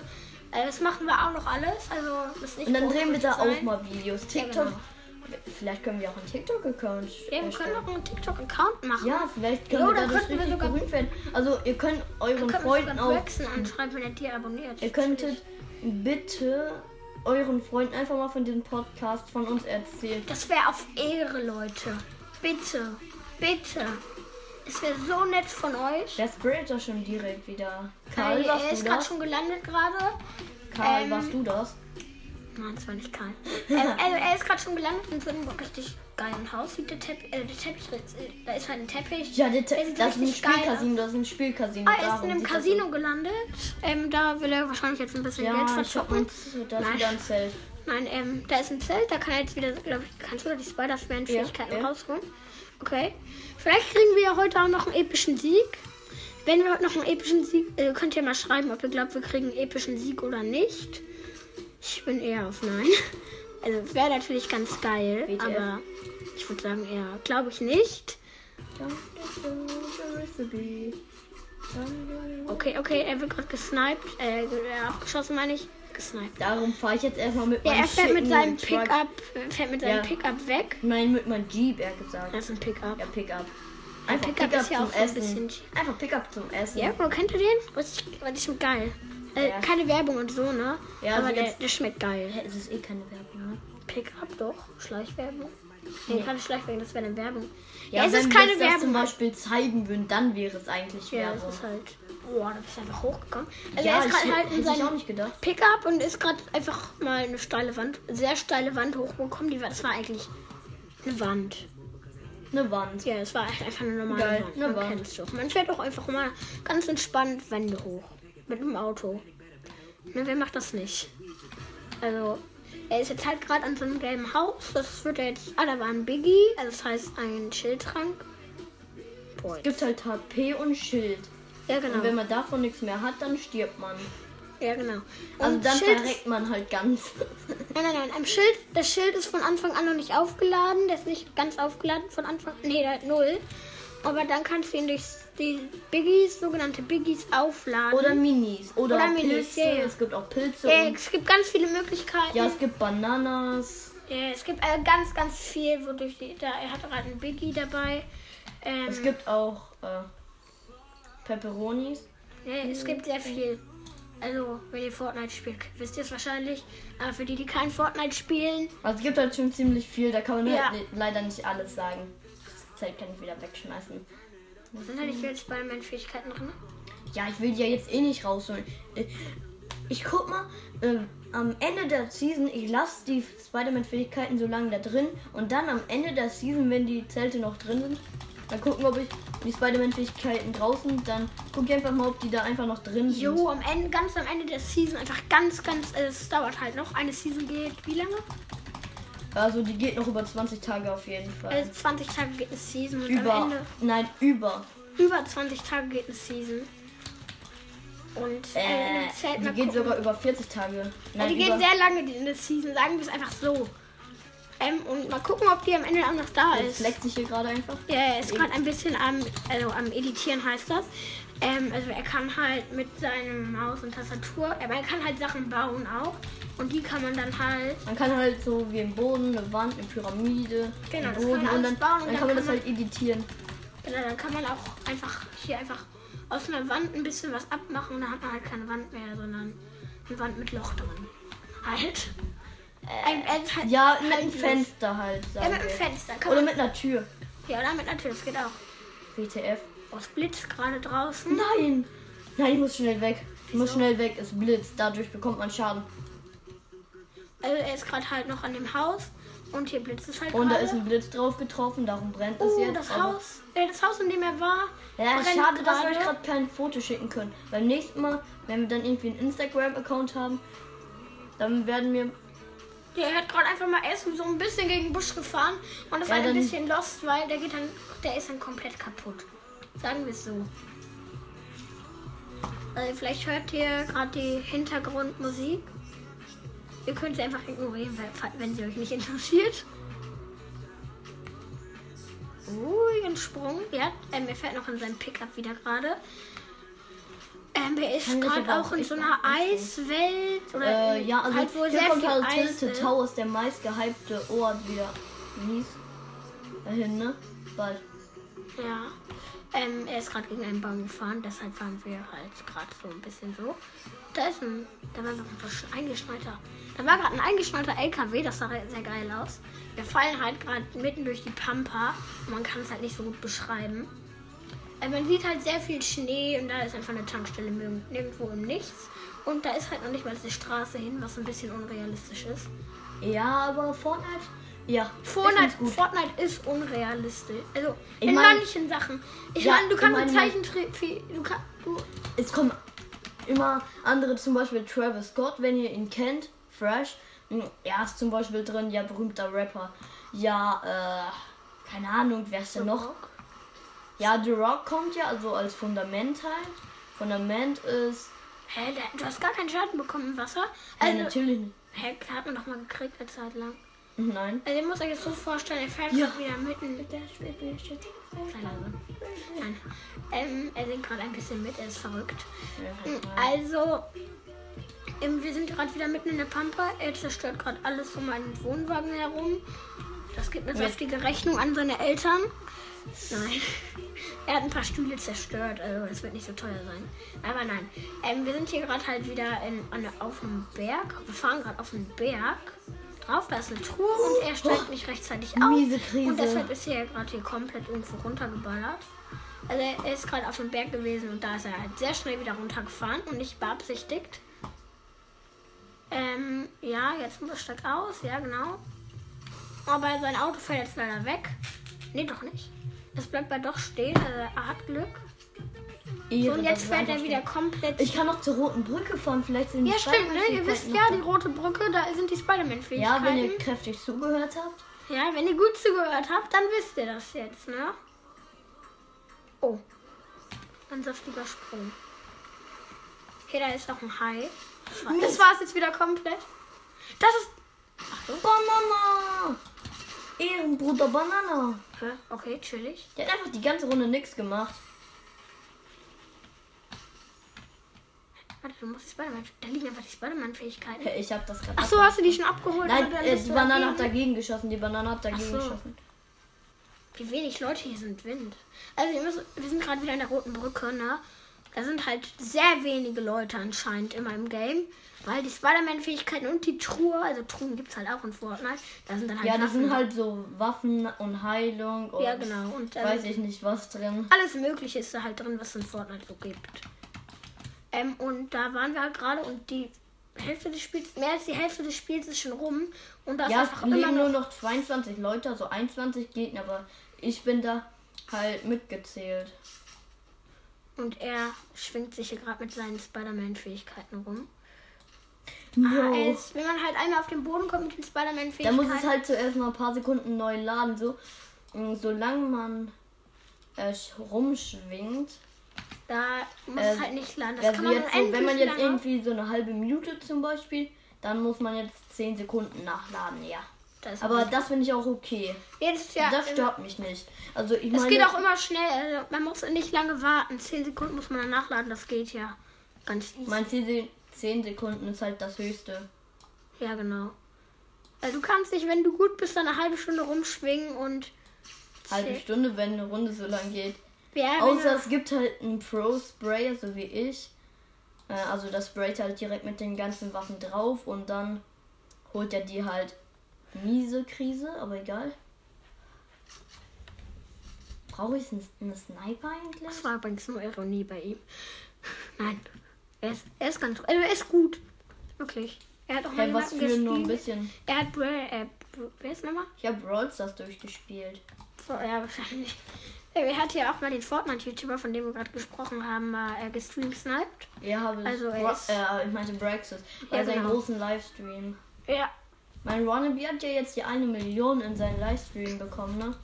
S1: Äh, das machen wir auch noch alles. Also das ist nicht
S2: Und dann drehen wir da
S1: großartig
S2: auch
S1: sein.
S2: mal Videos.
S1: Ja,
S2: TikTok.
S1: genau.
S2: Vielleicht können wir auch einen TikTok-Account
S1: Ja, wir können
S2: erstellen.
S1: auch einen TikTok-Account machen.
S2: Ja, vielleicht können
S1: Jo,
S2: wir
S1: dann
S2: dadurch
S1: könnten wir
S2: richtig
S1: sogar-
S2: berühmt werden. Also ihr könnt euren
S1: Dann können wir
S2: Freunden
S1: sogar
S2: auch...
S1: Braxton anschreiben, wenn er dir abonniert.
S2: Ihr könntet bitte euren Freunden einfach mal von diesem Podcast von uns erzählen.
S1: Das wäre auf Ehre, Leute. Bitte, bitte. Es wäre so nett von euch.
S2: Der Spirit ist schon direkt wieder.
S1: Weil
S2: Karl,
S1: er
S2: warst
S1: ist
S2: du
S1: gerade
S2: das?
S1: schon gelandet gerade.
S2: Karl,
S1: ähm,
S2: warst du das?
S1: Nein, das war nicht Karl. ähm, also er ist gerade schon gelandet in so einem richtig geilen Haus. Sieht der Teppich, äh, der Teppich, äh, da ist halt ein Teppich.
S2: Ja, das,
S1: Der sieht
S2: das ist ein
S1: richtig geil
S2: Spielcasino, das ist ein Spielcasino.
S1: Ah, er ist
S2: darum
S1: in einem
S2: sieht das
S1: Casino gelandet. Ähm, da will er wahrscheinlich jetzt ein
S2: so-
S1: bisschen
S2: Ja,
S1: Geld
S2: ich hab
S1: verzocken.
S2: uns das
S1: Nein.
S2: wieder ein Zelt.
S1: Nein, ähm, da ist ein Zelt, da kann er jetzt wieder, glaube ich, kannst du da die Spider-Man-Fähigkeiten
S2: Ja, ja.
S1: rausholen. Okay. Vielleicht kriegen wir ja heute auch noch einen epischen Sieg. Wenn wir heute noch einen epischen Sieg, äh, könnt ihr mal schreiben, ob ihr glaubt, wir kriegen einen epischen Sieg oder nicht. Ich bin eher auf Nein. Also wäre natürlich ganz geil,
S2: WTF.
S1: aber ich würde sagen eher, glaube ich nicht. Okay, okay, er wird gerade gesniped, äh, äh, abgeschossen meine ich, gesniped.
S2: Darum fahre ich jetzt erstmal mit
S1: Ja,
S2: meinem
S1: er fährt mit
S2: schicken
S1: seinem
S2: Truck.
S1: Pickup, fährt mit seinem
S2: Ja.
S1: Pickup weg.
S2: Nein, mit meinem Jeep, eher gesagt.
S1: Das ist ein Pickup.
S2: Ja, Pickup. Einfach
S1: Pickup
S2: Pickup,
S1: ist ja
S2: zum
S1: auch so ein bisschen
S2: Essen.
S1: Jeep.
S2: Einfach Pickup zum Essen.
S1: Ja, Bro, kennt ihr den? Richtig, richtig geil. Äh,
S2: Ja.
S1: Keine Werbung und so, ne?
S2: Ja,
S1: Aber
S2: also
S1: der,
S2: jetzt-
S1: der schmeckt geil.
S2: Hä, Es ist eh keine Werbung, ne?
S1: Pickup doch, Schleichwerbung. Nee, keine Schleichwerbung, das wäre eine Werbung. Ja,
S2: Ja,
S1: es
S2: wenn
S1: ist
S2: wir
S1: keine
S2: jetzt das zum
S1: Werbung.
S2: Beispiel zeigen würden, dann wäre es eigentlich
S1: Ja, es
S2: Werbung.
S1: ist halt. Boah, da bist du einfach hochgekommen. Also
S2: ja,
S1: er ist
S2: ich,
S1: gerade halt in
S2: hätte ich auch
S1: seinem
S2: nicht gedacht.
S1: Pickup und ist gerade einfach mal eine steile Wand, sehr steile Wand hochgekommen. Die war, das war eigentlich eine Wand.
S2: Eine Wand.
S1: Ja, es war einfach eine normale
S2: Geil,
S1: Wand.
S2: eine
S1: Man
S2: Wand.
S1: kennt's doch. Man fährt auch einfach mal ganz entspannt Wände hoch. Mit dem Auto. Ne, wer macht das nicht? Also, er ist jetzt halt gerade an so einem gelben Haus. Das wird er jetzt. Ah, da war ein Biggie. Also, das heißt ein Schildtrank. Boah.
S2: gibt halt HP und Schild.
S1: Ja,
S2: Und wenn
S1: genau.
S2: man davon nichts mehr hat, dann stirbt man.
S1: Ja, genau.
S2: Also
S1: Und
S2: dann
S1: Schild ist-
S2: verreckt man halt ganz.
S1: Nein, nein, nein. Am Schild, das Schild ist von Anfang an noch nicht aufgeladen. Der ist nicht ganz aufgeladen von Anfang Nee, der hat null. Aber dann kannst du ihn durch die Biggies, sogenannte Biggies, aufladen.
S2: Oder Minis. Oder,
S1: Oder Minis,
S2: Pilze.
S1: ja, ja.
S2: Es gibt auch Pilze.
S1: ja,
S2: Und,
S1: Äh, es gibt ganz viele Möglichkeiten.
S2: ja, es gibt Bananas.
S1: Ja, es gibt äh, ganz, ganz viel, wodurch die, da, er hat gerade einen Biggie dabei. Ähm,
S2: Es gibt auch äh, Pepperonis.
S1: ja, es gibt sehr viel. Also, wenn ihr Fortnite spielt, wisst ihr es wahrscheinlich. Aber für die, die kein Fortnite spielen,
S2: Also es gibt halt schon ziemlich viel, da kann man
S1: Ja.
S2: halt le- leider nicht alles sagen. Das Zelt kann ich wieder wegschmeißen.
S1: sind halt nicht jetzt bei meinen Fähigkeiten drin.
S2: Ja, ich will die ja jetzt eh nicht rausholen. Äh, Ich guck mal, ähm, am Ende der Season, ich lasse die Spider-Man-Fähigkeiten so lange da drin und dann am Ende der Season, wenn die Zelte noch drin sind, dann gucken, ob ich die Spider-Man-Fähigkeiten draußen, dann guck ich einfach mal, ob die da einfach noch drin sind.
S1: Jo, am Ende, ganz am Ende der Season, einfach ganz, ganz, äh, es dauert halt noch. Eine Season geht wie lange?
S2: Also die geht noch über 20 Tage auf jeden Fall.
S1: Äh, 20 Tage geht eine Season und am
S2: über,
S1: Ende
S2: nein, über.
S1: über 20 Tage geht eine Season. Und äh,
S2: Äh,
S1: im Zelt
S2: die
S1: mal
S2: geht
S1: gucken.
S2: sogar über 40 Tage.
S1: Ja,
S2: Nein,
S1: die
S2: über
S1: geht sehr lange, die in der Season, sagen wir es einfach so. Ähm, und mal gucken, ob die am Ende auch noch da ist.
S2: Jetzt leckt sich hier gerade einfach.
S1: Ja, er ist gerade ein bisschen am, also am Editieren heißt das. Ähm, also er kann halt mit seinem Maus und Tastatur, aber er kann halt Sachen bauen auch. Und die kann man dann halt,
S2: Man kann halt so wie im Boden, eine Wand, eine Pyramide,
S1: Genau, das
S2: einen
S1: kann
S2: Boden
S1: man
S2: und
S1: alles
S2: dann,
S1: bauen und
S2: dann
S1: dann
S2: kann man
S1: kann
S2: das halt editieren.
S1: genau, dann kann man auch einfach hier einfach aus einer Wand ein bisschen was abmachen und dann hat man halt keine Wand mehr, sondern eine Wand mit Loch drin. Halt. Ein, ein, halt
S2: Äh, Ja, mit einem
S1: haltlos.
S2: Fenster halt.
S1: Ja,
S2: Sagen
S1: mit einem
S2: wir.
S1: Fenster. Kann
S2: Oder
S1: man,
S2: mit einer Tür.
S1: ja, damit natürlich, das geht auch.
S2: WTF.
S1: Oh, es blitzt gerade draußen.
S2: Nein! Nein, ich muss schnell weg. Ich muss
S1: Wieso?
S2: schnell weg. Es blitzt. Dadurch bekommt man Schaden.
S1: Also er ist gerade halt noch an dem Haus und hier blitzt es halt
S2: Oh, Und da
S1: gerade.
S2: ist ein Blitz drauf getroffen. Darum brennt es
S1: Oh,
S2: jetzt.
S1: das
S2: aber-
S1: Haus, äh, das Haus, in dem er war.
S2: Ja,
S1: brennt
S2: schade, dass wir
S1: gerade.
S2: euch gerade kein Foto schicken können. Beim nächsten Mal, wenn wir dann irgendwie einen Instagram-Account haben, dann werden wir
S1: Der hat gerade einfach mal erst so ein bisschen gegen den Busch gefahren und das
S2: Ja,
S1: war ein
S2: dann-
S1: bisschen lost, weil der geht dann, der ist dann komplett kaputt. Sagen wir es so. Also vielleicht hört ihr gerade die Hintergrundmusik. Ihr könnt sie einfach ignorieren, weil, wenn sie euch nicht interessiert. Ruhigen Sprung. Ja, ähm, er fährt noch in seinem Pickup wieder gerade. Ähm, er ist
S2: Kann ich
S1: gerade
S2: aber
S1: auch in so
S2: echt
S1: einer
S2: auch nicht
S1: Eiswelt. Oder
S2: Äh, ja, also
S1: halt, wo
S2: hier
S1: sehr
S2: kommt
S1: viel
S2: halt
S1: Eis
S2: Tilted
S1: ist.
S2: Towers, der meistgehypte Ort wieder. Mies. Dahin, ne? Bald.
S1: Ja. Ähm, er ist gerade gegen einen Baum gefahren, deshalb waren wir halt gerade so ein bisschen so. Da ist ein, da war noch ein eingeschneiter. Da war gerade ein eingeschneuter LKW, das sah halt sehr geil aus. Wir fallen halt gerade mitten durch die Pampa und man kann es halt nicht so gut beschreiben. Äh, man sieht halt sehr viel Schnee und da ist einfach eine Tankstelle nirg- nirgendwo im Nichts. Und da ist halt noch nicht mal eine Straße hin, was ein bisschen unrealistisch ist.
S2: Ja, aber Fortnite. Ja.
S1: Fortnite,
S2: ist gut.
S1: Fortnite ist unrealistisch. Also
S2: Ich
S1: in
S2: meine-
S1: manchen Sachen. Ich
S2: Ja,
S1: meine, du
S2: ich
S1: kannst
S2: meine-
S1: ein Zeichen tre- du kannst du
S2: Es kommen immer andere, zum Beispiel Travis Scott, wenn ihr ihn kennt. Fresh. Ja, ist zum Beispiel drin, ja, berühmter Rapper. Ja, äh, keine Ahnung, wer ist denn noch? Ja, The Rock kommt ja, also als Fundament halt. Fundament ist.
S1: Hä, da, du hast gar keinen Schaden bekommen im Wasser.
S2: Nein,
S1: Also,
S2: natürlich nicht.
S1: hä, da hat man doch mal gekriegt eine Zeit lang.
S2: Nein.
S1: Also ihr müsst euch jetzt so vorstellen, er fährt
S2: Ja.
S1: gerade wieder mitten. Sei leise. Nein. Ähm, er singt gerade ein bisschen mit, er ist verrückt.
S2: halt
S1: Also, ähm, wir sind gerade wieder mitten in der Pampa. Er zerstört gerade alles um meinen Wohnwagen herum. Das gibt eine
S2: Nee.
S1: saftige Rechnung an seine Eltern. Nein. Er hat ein paar Stühle zerstört, also das wird nicht so teuer sein. Aber nein. Ähm, wir sind hier gerade halt wieder in, an, auf dem Berg. Wir fahren gerade auf den Berg drauf. Da ist eine Truhe und er steigt mich rechtzeitig auf.
S2: Oh, Miese Krise.
S1: Und deshalb ist er gerade hier komplett irgendwo runtergeballert. Also er ist gerade auf dem Berg gewesen und da ist er halt sehr schnell wieder runtergefahren und nicht beabsichtigt. Ähm, ja, jetzt muss er stark aus, ja genau. Aber sein Auto fällt jetzt leider weg. Nee, doch nicht. Es bleibt bei doch stehen, also er hat Glück. So, und jetzt fährt er wieder komplett.
S2: Ich kann noch zur roten Brücke fahren, vielleicht sind die
S1: ja, stimmt, ne? Ihr
S2: Spider-Man-Fähigkeiten
S1: wisst
S2: noch
S1: ja,
S2: da.
S1: die rote Brücke, da sind die
S2: Ja, wenn
S1: Spider-Man-Fähigkeiten.
S2: ihr kräftig zugehört habt.
S1: Ja, wenn ihr gut zugehört habt, dann wisst ihr das jetzt, ne? Oh. Ein saftiger Sprung. Hier, da ist noch ein Hai. Das
S2: Hm.
S1: war- Das war's jetzt wieder komplett. Das ist.
S2: Banana! Ehrenbruder Banana!
S1: Hä? Okay, chillig.
S2: Der hat einfach die ganze Runde nichts gemacht.
S1: Warte, du musst die Spider-Man. Da liegen einfach die Spider-Man-Fähigkeiten.
S2: Ich hab das gerade.
S1: Ach so, hast du die schon abgeholt?
S2: Nein,
S1: oder
S2: äh,
S1: bist
S2: die
S1: du
S2: Banane hat
S1: dagegen?
S2: dagegen geschossen. Die Banane hat dagegen
S1: so.
S2: geschossen.
S1: Wie wenig Leute hier sind, Wind. Also, ihr müsst, wir sind gerade wieder in der roten Brücke, ne? Da sind halt sehr wenige Leute anscheinend in meinem Game, weil die Spider-Man-Fähigkeiten und die Truhe, also Truhen gibt es halt auch in Fortnite, da sind dann halt
S2: Ja, da sind
S1: Waffen
S2: halt so Waffen und Heilung und
S1: Ja, genau. Und da
S2: weiß
S1: sind-
S2: ich nicht was drin.
S1: alles Mögliche ist da halt drin, was es in Fortnite so gibt. Ähm, und da waren wir halt gerade und die Hälfte des Spiels, mehr als die Hälfte des Spiels ist schon rum und da
S2: ja,
S1: ist
S2: es
S1: einfach immer
S2: leben nur
S1: noch,
S2: noch 22 Leute, also 21 Gegner, aber ich bin da halt mitgezählt.
S1: und er schwingt sich hier gerade mit seinen Spider-Man-Fähigkeiten rum. Ah,
S2: No.
S1: es, wenn man halt einmal auf den Boden kommt mit den
S2: Da
S1: Spider-Man-Fähigkeiten,
S2: muss es halt zuerst mal ein paar Sekunden neu laden. So, Mm, solange man äh, sch- rumschwingt,
S1: da muss
S2: äh,
S1: es halt nicht landen. Das
S2: also
S1: kann man
S2: jetzt so,
S1: unendlich
S2: wenn man jetzt
S1: lange-
S2: irgendwie so eine halbe Minute zum Beispiel, dann muss man jetzt 10 Sekunden nachladen, ja.
S1: Da ist
S2: Aber das finde ich auch okay.
S1: jedes Jahr,
S2: das
S1: es
S2: stört mich nicht. Also ich meine,
S1: geht auch immer schnell. Also man muss nicht lange warten. Zehn Sekunden muss man dann nachladen. Das geht ja ganz easy.
S2: mein 10 Se- 10 Sekunden ist halt das höchste.
S1: Ja, genau. Also du kannst dich, wenn du gut bist, dann eine halbe Stunde rumschwingen und.
S2: Halbe
S1: Zäh-
S2: Stunde, wenn eine Runde so lang geht.
S1: Ja, genau. wenn
S2: Außer
S1: du-
S2: es gibt halt einen Pro-Sprayer, so wie ich. Äh, Also das sprayt halt direkt mit den ganzen Waffen drauf und dann holt er die halt miese Krise, aber egal. Brauche ich einen einen Sniper eigentlich?
S1: Das war übrigens nur Ironie bei ihm. Nein. Er ist, er ist ganz. Also er ist gut. Wirklich. Er hat auch mal
S2: Hey, was
S1: jemanden
S2: für nur ein
S1: gespielt.
S2: bisschen.
S1: Er hat. Bra- Äh, Bra- wer ist nochmal?
S2: Ich habe Brawl Stars durchgespielt.
S1: So, ja, wahrscheinlich. Er hat ja auch mal den Fortnite-YouTuber, von dem wir gerade gesprochen haben, mal äh, gestreamsniped.
S2: Ja, habe
S1: Also er
S2: Bra-
S1: ist-
S2: äh, ich meinte Brexit. Bei
S1: Ja,
S2: seinem
S1: genau.
S2: großen Livestream.
S1: Ja.
S2: Mein Wannabe hat ja jetzt die eine Million in seinen Livestream bekommen, ne?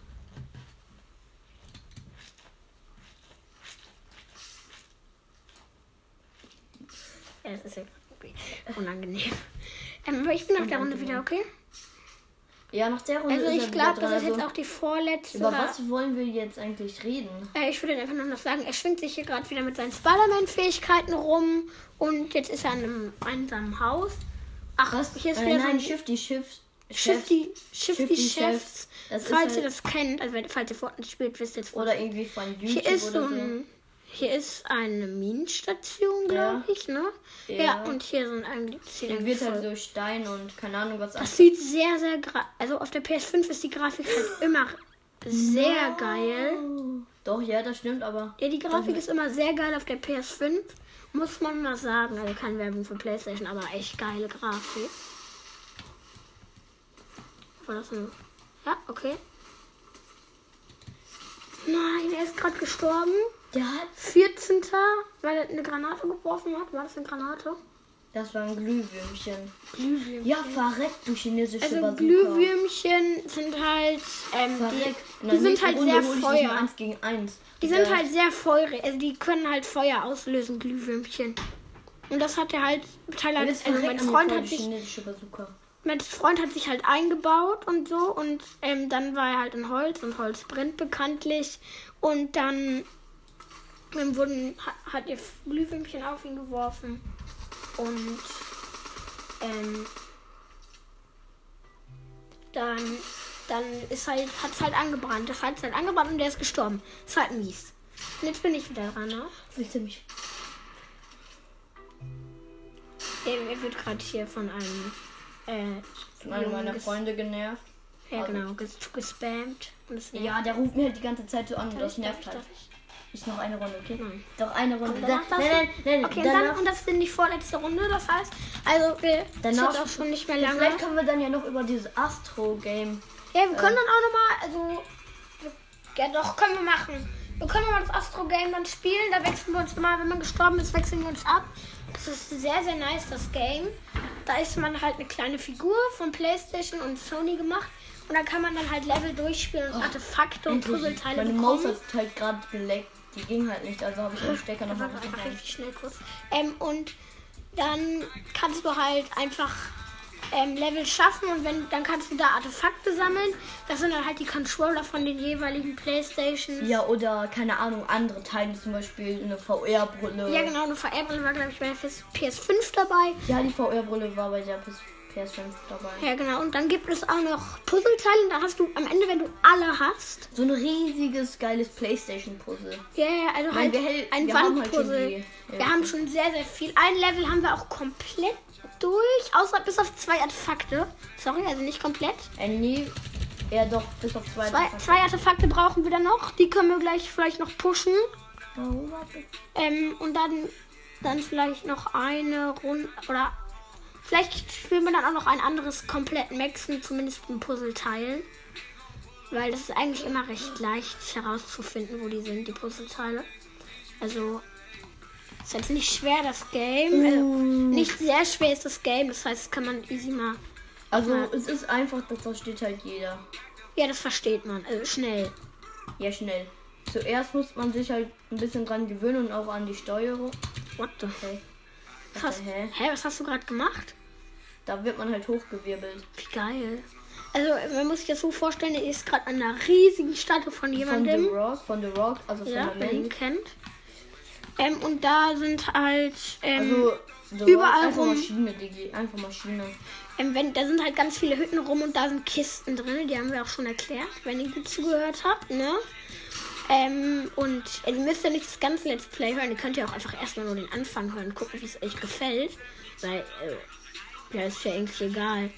S1: Ja, das ist ja irgendwie unangenehm. Ähm, aber ich bin nach der Runde wieder, okay?
S2: Ja, nach der Runde
S1: Also
S2: ist er
S1: ich
S2: wieder
S1: glaube,
S2: dran,
S1: das ist jetzt
S2: also-
S1: auch die vorletzte.
S2: Über
S1: oder-
S2: was wollen wir jetzt eigentlich reden?
S1: Äh, ich würde einfach nur noch sagen, er schwingt sich hier gerade wieder mit seinen Spider-Man-Fähigkeiten rum und jetzt ist er in einem einsamen Haus. Ach, hier ist
S2: äh,
S1: wieder
S2: nein,
S1: so ein
S2: Shifty Shift.
S1: Shifty, Shifty
S2: Shifty
S1: Chefs.
S2: Chefs. Das ist
S1: falls ihr
S2: halt-
S1: das kennt, also wenn, falls ihr Fortnite spielt, wisst ihr jetzt wo
S2: Oder
S1: es ist.
S2: irgendwie von YouTube
S1: Hier ist so
S2: oder so.
S1: ein, hier ist eine Minenstation, glaube
S2: Ja.
S1: ich, ne? Ja.
S2: Ja.
S1: und hier sind eigentlich
S2: Hier wird halt so Stein und keine Ahnung was.
S1: Das sieht sehr, sehr gra Also auf der PS5 ist die Grafik halt immer sehr geil.
S2: Doch, ja, das stimmt, aber.
S1: Ja, die Grafik ist immer sehr geil auf der PS5. Muss man mal sagen. Also keine Werbung für Playstation, aber echt geile Grafik. War das ein... Ja, okay. Nein, er ist gerade gestorben.
S2: Der hat.
S1: 14. Weil er eine Granate geworfen hat. War das eine Granate?
S2: Das war ein Glühwürmchen.
S1: Glühwürmchen.
S2: Ja, verreck, du chinesische
S1: Also
S2: Bazooka.
S1: Glühwürmchen sind halt... Ähm,
S2: Verreck.
S1: die,
S2: In
S1: die
S2: der
S1: sind
S2: nächsten
S1: halt
S2: Runde
S1: sehr
S2: hol ich dich mal
S1: Feuer.
S2: Eins gegen eins.
S1: Die
S2: Ja.
S1: sind halt sehr feurig, also die können halt Feuer auslösen, Glühwürmchen. Und das hat er halt Teil
S2: Du
S1: hat,
S2: bist
S1: also
S2: direkt
S1: mein
S2: an mir
S1: Freund
S2: voll,
S1: hat
S2: die
S1: sich
S2: chinesische Bazooka.
S1: mein Freund hat sich halt eingebaut und so und ähm, dann war er halt in Holz und Holz brennt bekanntlich und dann ähm, wurden ha- hat ihr Glühwürmchen auf ihn geworfen und ähm, dann dann ist halt hat's halt angebrannt, das hat's halt angebrannt und der ist gestorben. Ist halt mies. Und jetzt bin ich wieder dran, ne?
S2: Willst du mich.
S1: Er, er wird gerade hier von einem äh,
S2: Meine,
S1: Jungen
S2: meiner
S1: ges-
S2: Freunde genervt.
S1: Ja,
S2: Also-
S1: genau, ges gespammt. Und das nervt.
S2: Ja, der ruft mir halt die ganze Zeit so an und
S1: Darf
S2: das
S1: ich, darf
S2: nervt
S1: ich,
S2: halt.
S1: darf ich?
S2: Ich noch eine Runde, okay?
S1: Nein.
S2: Doch eine Runde.
S1: Und Hm. danach
S2: Da-
S1: darfst
S2: nein, nein, nein,
S1: Okay, und,
S2: danach,
S1: dann, und das sind die vorletzte Runde, das heißt, also wir sind
S2: Danach-
S1: auch schon nicht mehr lange.
S2: vielleicht können wir dann ja noch über dieses Astro-Game.
S1: Ja, wir
S2: Äh.
S1: können dann auch nochmal, also, wir- ja doch, können wir machen. Wir können mal das Astro-Game dann spielen, da wechseln wir uns immer, wenn man gestorben ist, wechseln wir uns ab. Das ist sehr, sehr nice, das Game. Da ist man halt eine kleine Figur von Playstation und Sony gemacht und dann kann man dann halt Level durchspielen und Artefakte und
S2: Endlich.
S1: Puzzleteile
S2: Meine
S1: bekommen.
S2: Maus hat halt gerade geleckt. Die ging halt nicht, also habe ich den Stecker
S1: Da
S2: nochmal
S1: war einfach
S2: rein.
S1: richtig schnell kurz. Ähm, und dann kannst du halt einfach ähm, Level schaffen und wenn dann kannst du da Artefakte sammeln. Das sind dann halt die Controller von den jeweiligen Playstations.
S2: Ja, oder keine Ahnung, andere Teile, zum Beispiel eine VR-Brille.
S1: genau, Ja, genau, eine VR-Brille war, glaube ich, bei der PS- PS5 dabei.
S2: Ja, die VR-Brille war bei der PS- PS5 dabei.
S1: Ja, genau. Und dann gibt es auch noch Puzzleteile. Da hast du am Ende, wenn du alle hast,
S2: So ein riesiges, geiles Playstation-Puzzle.
S1: ja, ja, also
S2: Nein,
S1: halt
S2: wir hält-
S1: ein
S2: wir haben halt schon
S1: Wandpuzzle.
S2: die Hälfte.
S1: wir haben schon sehr, sehr viel. Ein Level haben wir auch komplett durch, außer bis auf zwei Artefakte. Sorry, also nicht komplett.
S2: Äh, nee, ja doch, bis auf zwei.
S1: Zwei, zwei Artefakte brauchen wir dann noch. Die können wir gleich vielleicht noch pushen.
S2: Oh, warte.
S1: Ähm, und dann, dann vielleicht noch eine Runde oder vielleicht spielen wir dann auch noch ein anderes komplett Maxen, zumindest ein Puzzleteil. Weil das ist eigentlich immer recht leicht herauszufinden, wo die sind, die Puzzleteile. Also ist jetzt nicht schwer das Game. Also, nicht sehr schwer ist das Game, das heißt, das kann man easy mal.
S2: Also
S1: Ja.
S2: es ist einfach, das versteht halt jeder.
S1: Ja, das versteht man. Also schnell.
S2: Ja, schnell. Zuerst muss man sich halt ein bisschen dran gewöhnen und auch an die Steuerung.
S1: What the
S2: Okay.
S1: krass.
S2: Hä?
S1: Hä, was hast du gerade gemacht?
S2: Da wird man halt hochgewirbelt.
S1: Wie geil. Also, man muss sich das so vorstellen, er ist gerade an einer riesigen Statue von
S2: Von The
S1: jemandem,
S2: Rock, von The Rock, also von
S1: ja,
S2: der
S1: wenn ihr ihn
S2: Mensch.
S1: kennt. Ähm, und da sind halt, ähm,
S2: Also The
S1: überall
S2: Rock, einfach
S1: rum.
S2: Maschine, Digi, einfach Maschine.
S1: ähm, wenn, da sind halt ganz viele Hütten rum und da sind Kisten drin, die haben wir auch schon erklärt, wenn ihr gut zugehört habt, ne? Ähm, und ihr müsst ja nicht das ganze Let's Play hören, ihr könnt ja auch einfach erstmal nur den Anfang hören, gucken, wie es euch gefällt, weil, äh, ja, ist ja eigentlich egal.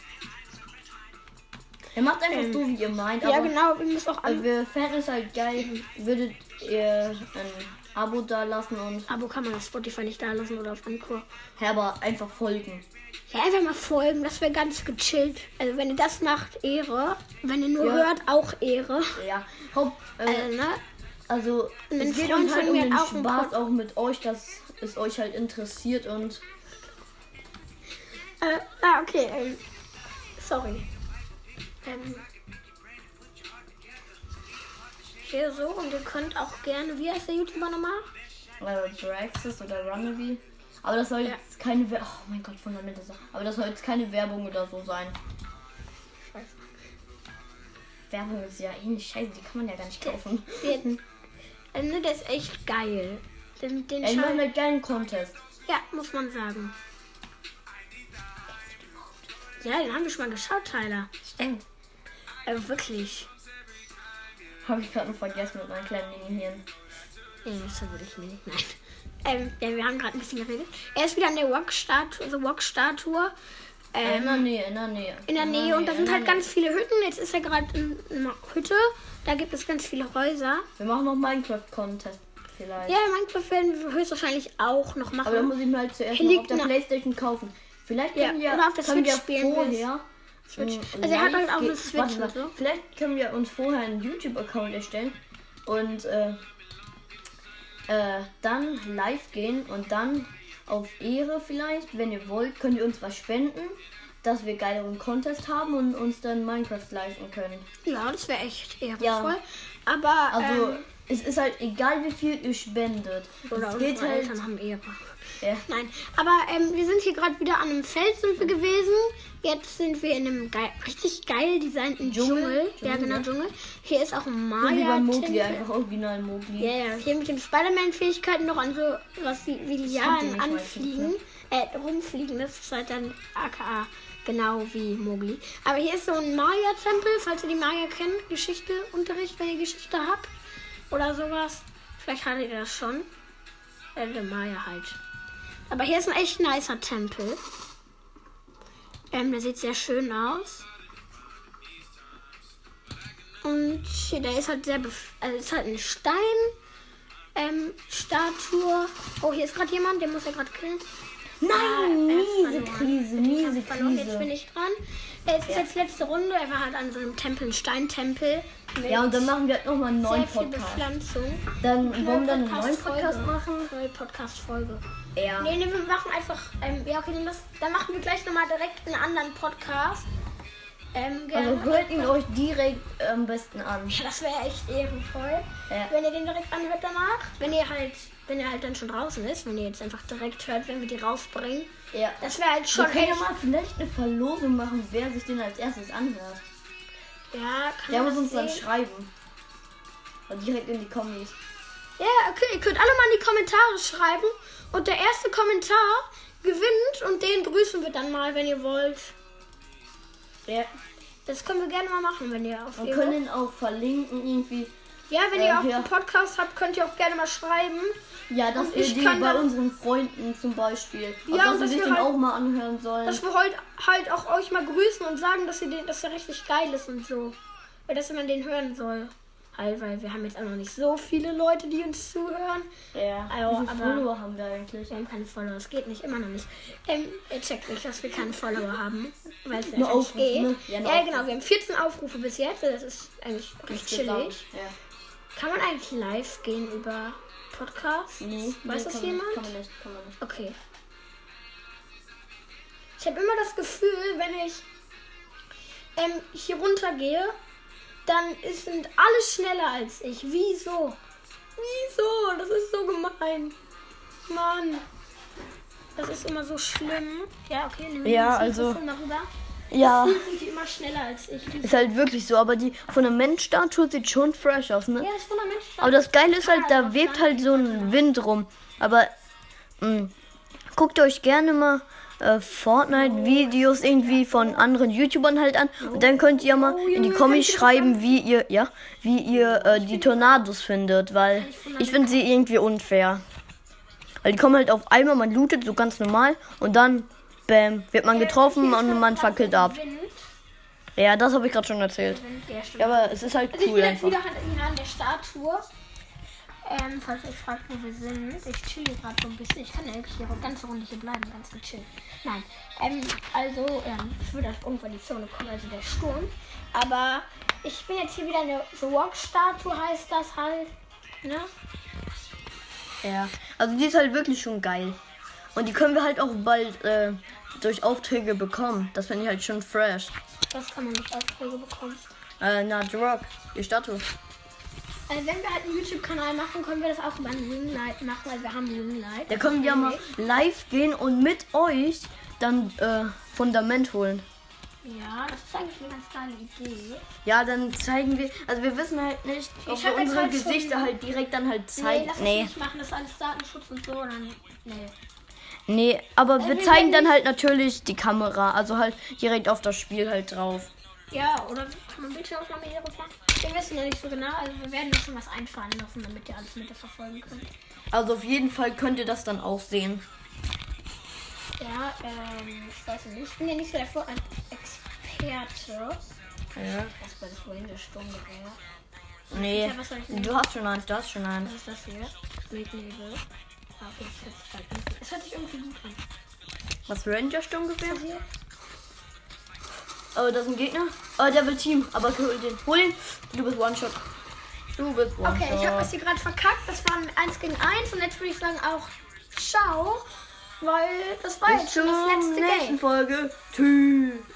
S2: Ihr macht einfach so, wie ihr meint,
S1: Ähm, ja,
S2: aber
S1: genau, ihr müsst auch
S2: äh,
S1: an...
S2: wir fänden es halt geil, würdet ihr ein Abo da lassen und
S1: Abo kann man auf Spotify nicht da lassen oder auf Anchor.
S2: ja, aber einfach folgen.
S1: Ja, einfach mal folgen, das wäre ganz gechillt. Also wenn ihr das macht, Ehre. Wenn ihr nur
S2: Ja.
S1: hört, auch Ehre.
S2: Ja, Haupt, äh,
S1: Also, ne?
S2: also
S1: ein
S2: es geht
S1: Freund
S2: uns halt
S1: von
S2: um
S1: mir
S2: den
S1: hat auch einen
S2: Spaß,
S1: Pod-
S2: auch mit euch, dass es euch halt interessiert und
S1: Äh, ah, okay. Ähm, sorry. Ähm, hier so und ihr könnt auch gerne, wie heißt der YouTuber nochmal?
S2: äh, Braxis oder Runaby. Aber das soll
S1: Ja.
S2: jetzt keine Werbung. Oh mein Gott, von der Mitte. Aber das soll jetzt keine Werbung oder so sein.
S1: Scheiße.
S2: Werbung ist ja eh nicht scheiße, die kann man ja gar nicht kaufen.
S1: Den, äh, ne, der ist echt geil. Den, den
S2: Ey, ich mache
S1: Schal-
S2: einen geilen Contest.
S1: Ja, muss man sagen. Ja, den haben wir schon mal geschaut, Tyler.
S2: Stimmt.
S1: Äh, wirklich.
S2: Habe ich gerade noch vergessen mit meinen kleinen Dingen
S1: Ähm.
S2: hier.
S1: Nee, das will ich nicht. Nein. Ähm, ja, wir haben gerade ein bisschen geredet. Er ist wieder an der Rock-Statue, also Rock-Statue.
S2: Äh, in
S1: Ähm,
S2: der Nähe, in der Nähe.
S1: in der Nähe und da
S2: in
S1: sind
S2: der
S1: halt
S2: Nähe.
S1: ganz viele Hütten. Jetzt ist er gerade in einer Hütte. Da gibt es ganz viele Häuser.
S2: Wir machen noch Minecraft-Contest vielleicht.
S1: Ja, Minecraft werden wir höchstwahrscheinlich auch noch
S2: Aber dann
S1: machen.
S2: muss ich mir halt zuerst
S1: Hier
S2: noch auf
S1: liegt
S2: der
S1: eine-
S2: Playstation kaufen. Vielleicht
S1: Ja,
S2: können wir,
S1: oder auf der
S2: können wir
S1: Switch spielen
S2: vorher.
S1: Switch.
S2: Mm,
S1: Also er hat halt auch eine
S2: ge-
S1: Switch
S2: warte
S1: und
S2: mal.
S1: so.
S2: Vielleicht können wir uns vorher einen YouTube-Account erstellen und äh, äh, dann live gehen und dann auf Ehre vielleicht, wenn ihr wollt, könnt ihr uns was spenden, dass wir geileren Contest haben und uns dann Minecraft leisten können.
S1: Ja, das wäre echt ehrenvoll.
S2: Ja.
S1: Aber
S2: Also
S1: ähm,
S2: es ist halt egal, wie viel ihr spendet.
S1: oder
S2: es
S1: unsere
S2: geht halt.
S1: Eltern haben Ehre.
S2: Ja.
S1: Nein, aber ähm, wir sind hier gerade wieder an einem Feld sind wir gewesen. Jetzt sind wir in einem geil, richtig geil designten Dschungel.
S2: Dschungel.
S1: Ja,
S2: Dschungel,
S1: genau,
S2: ja.
S1: Dschungel. Hier ist auch ein
S2: So wie bei Mowgli,
S1: Maya-Tempel.
S2: einfach original Mowgli.
S1: Ah Ja, ja, hier mit den Spider-Man-Fähigkeiten noch an so, was die wie die
S2: Das haben die
S1: Jahren
S2: nicht
S1: anfliegen, äh, rumfliegen, das ist halt dann aka genau wie Mowgli. Aber hier ist so ein Maya-Tempel, falls ihr die Maya kennt, Geschichte, Unterricht, wenn ihr Geschichte habt oder sowas. Vielleicht hattet ihr das schon. Äh, der Maya halt. Aber hier ist ein echt nicer Tempel. Ähm, der sieht sehr schön aus. Und hier, der ist halt sehr, bef also ist halt ein Stein. Ähm, Statue. Oh, hier ist gerade jemand, den muss er gerade killen.
S2: Nein,
S1: er hat
S2: miese
S1: Ah, verloren. Ich
S2: Krise,
S1: hab
S2: miese
S1: verloren, jetzt bin
S2: Krise.
S1: ich dran. Äh, Es ist jetzt letzte Runde. Er war halt an so einem Tempel, ein Steintempel. mit
S2: Ja, und dann machen wir halt nochmal einen
S1: sehr
S2: neuen
S1: viel
S2: Podcast.
S1: Bepflanzung.
S2: Dann
S1: Neue
S2: wollen wir dann einen neuen
S1: Podcast-Folge.
S2: Podcast machen?
S1: Neue Podcast-Folge.
S2: Ja.
S1: Nee, nee, wir machen einfach. Ähm, ja, okay, dann, das, dann machen wir gleich nochmal direkt einen anderen Podcast. Ähm, gerne.
S2: Also hört ihn euch direkt äh, am besten an.
S1: Ja, das wäre echt ehrenvoll.
S2: Ja.
S1: Wenn ihr den direkt anhört danach. Wenn ihr halt, wenn ihr halt dann schon draußen ist, wenn ihr jetzt einfach direkt hört, wenn wir die rausbringen.
S2: Ja.
S1: Das wäre halt
S2: Wir
S1: schon
S2: können ja
S1: echt.
S2: mal vielleicht eine Verlosung machen, wer sich den als erstes anhört.
S1: Ja, kann
S2: Der
S1: man
S2: muss
S1: das
S2: uns dann
S1: sehen?
S2: schreiben. Und direkt in die Kommis.
S1: Ja, okay, ihr könnt alle mal in die Kommentare schreiben. Und der erste Kommentar gewinnt und den grüßen wir dann mal, wenn ihr wollt.
S2: Ja.
S1: Das können wir gerne mal machen, wenn ihr auf
S2: Wir
S1: jeden-
S2: können ihn auch verlinken irgendwie.
S1: Ja, wenn
S2: äh,
S1: ihr auch
S2: ja.
S1: einen Podcast habt, könnt ihr auch gerne mal schreiben.
S2: Ja, dass
S1: Und
S2: wir
S1: ich
S2: den
S1: kann
S2: bei
S1: dann-
S2: unseren Freunden zum Beispiel. Und
S1: Ja,
S2: ja,
S1: und
S2: dass
S1: dass
S2: sie sich
S1: wir
S2: den
S1: halt-
S2: auch mal anhören sollen.
S1: Dass wir heute halt auch euch mal grüßen und sagen, dass, ihr den, dass der richtig geil ist und so. Weil dass man den hören soll. Halt, weil wir haben jetzt auch noch nicht so viele Leute, die uns zuhören.
S2: ja.
S1: Also,
S2: Wie viele
S1: aber-
S2: Follower haben wir eigentlich?
S1: Wir haben keine Follower, es geht nicht, immer noch nicht. Ähm, ihr checkt nicht, dass wir keine Follower haben, weil es einfach
S2: Nur
S1: nicht
S2: Aufrufe,
S1: geht.
S2: ne?
S1: Ja,
S2: Ja, nur Aufrufe.
S1: genau, wir haben 14 Aufrufe bis jetzt, das ist eigentlich recht chillig.
S2: Insgesamt, Ja.
S1: Kann man eigentlich live gehen über Podcasts?
S2: Nee,
S1: Weiß das
S2: nee, kann man-
S1: jemand?
S2: Kann man nicht, kann man nicht.
S1: Okay. Ich habe immer das Gefühl, wenn ich ähm, hier runter gehe, dann ist- sind alle schneller als ich. Wieso? Wieso? Das ist so gemein. Mann. Das ist immer so schlimm. Ja, okay. nehmen wir
S2: Ja,
S1: das
S2: also-
S1: Mikrofon mal rüber.
S2: Ja,
S1: Die sind immer schneller als ich. Wieso?
S2: ist halt wirklich so, aber die von der Menschstatue sieht schon fresh aus, ne?
S1: Ja, das ist von der Mensch.
S2: Aber das Geile ist halt, da weht halt so ein Wind rum. Aber mh, guckt euch gerne mal äh, Fortnite-Videos irgendwie von anderen YouTubern halt an. Und dann könnt ihr mal in die Kommis schreiben, wie ihr, ja, wie ihr äh, die Tornados findet, weil ich finde sie irgendwie unfair. Weil die kommen halt auf einmal, man lootet so ganz normal und dann, bam, wird man getroffen und man fackelt ab.
S1: Wind.
S2: Ja, das habe ich gerade schon erzählt.
S1: Wind. Ja, stimmt.
S2: Ja, aber es ist halt
S1: Also ich
S2: cool
S1: bin jetzt
S2: einfach.
S1: wieder halt hier an der Statue. Ähm, falls ihr euch fragt, wo wir sind. Ich chill hier gerade so ein bisschen. Ich kann ja wirklich hier eine ganze Runde hier bleiben, ganz gut chillen. Nein. Ähm, also, ähm, ich würde halt irgendwann in die Zone kommen, also der Sturm. Aber ich bin jetzt hier wieder eine The Rock-Statue, heißt das halt. Ne?
S2: Ja, also die ist halt wirklich schon geil. Und die können wir halt auch bald äh, durch Aufträge bekommen. Das finde ich halt schon fresh.
S1: Das kann man nicht Aufträge bekommen.
S2: Äh, na, The Rock, die Statue.
S1: Also wenn wir halt einen YouTube-Kanal machen, können wir das auch über einen Winglight machen, weil wir haben Winglight.
S2: Da können wir mal live gehen und mit euch dann äh, Fundament holen.
S1: Ja, das ist eigentlich eine ganz geile Idee.
S2: Ja, dann zeigen wir. Also wir wissen halt nicht, ob
S1: Ich hab jetzt
S2: wir unsere
S1: halt schon-
S2: Gesichter halt direkt dann halt
S1: Nee,
S2: zeigen.
S1: lass nee. nicht machen, das ist alles Datenschutz und so. Dann, nee.
S2: nee, aber
S1: Also
S2: wir
S1: wir
S2: zeigen
S1: werden
S2: dann halt natürlich die Kamera. Also halt direkt auf das Spiel halt drauf.
S1: Ja, oder kann man Bildschirmaufnahme hier runter? Wir wissen ja nicht so genau, also wir werden uns schon was einfallen lassen, damit ihr alles mitverfolgen könnt.
S2: Also auf jeden Fall könnt ihr das dann auch sehen.
S1: Ja, ähm, ich weiß nicht. Ich bin ja nicht so der Vor- ein Experte.
S2: Ja.
S1: Was war das vorhin der Sturm? Ja.
S2: Nee,
S1: Ja, was soll ich nehmen?
S2: du hast schon eins, du hast schon eins.
S1: Was ist das hier? Wildnebel. Ah, Okay, das hört sich halt irgendwie- das hört sich irgendwie gut an.
S2: Was Ranger-Sturm
S1: Das
S2: gewesen?
S1: hier?
S2: Oh, da ist ein Gegner. Oh, der will Team. Aber hol den. Hol ihn. Du bist One-Shot. Du bist One-Shot.
S1: Okay, ich habe das hier gerade verkackt. Das waren 1 gegen 1 und jetzt würde ich sagen auch ciao, weil das war
S2: Bis
S1: Ah, jetzt schon das
S2: zur
S1: letzte
S2: nächsten
S1: Game.
S2: Folge. Tschüss.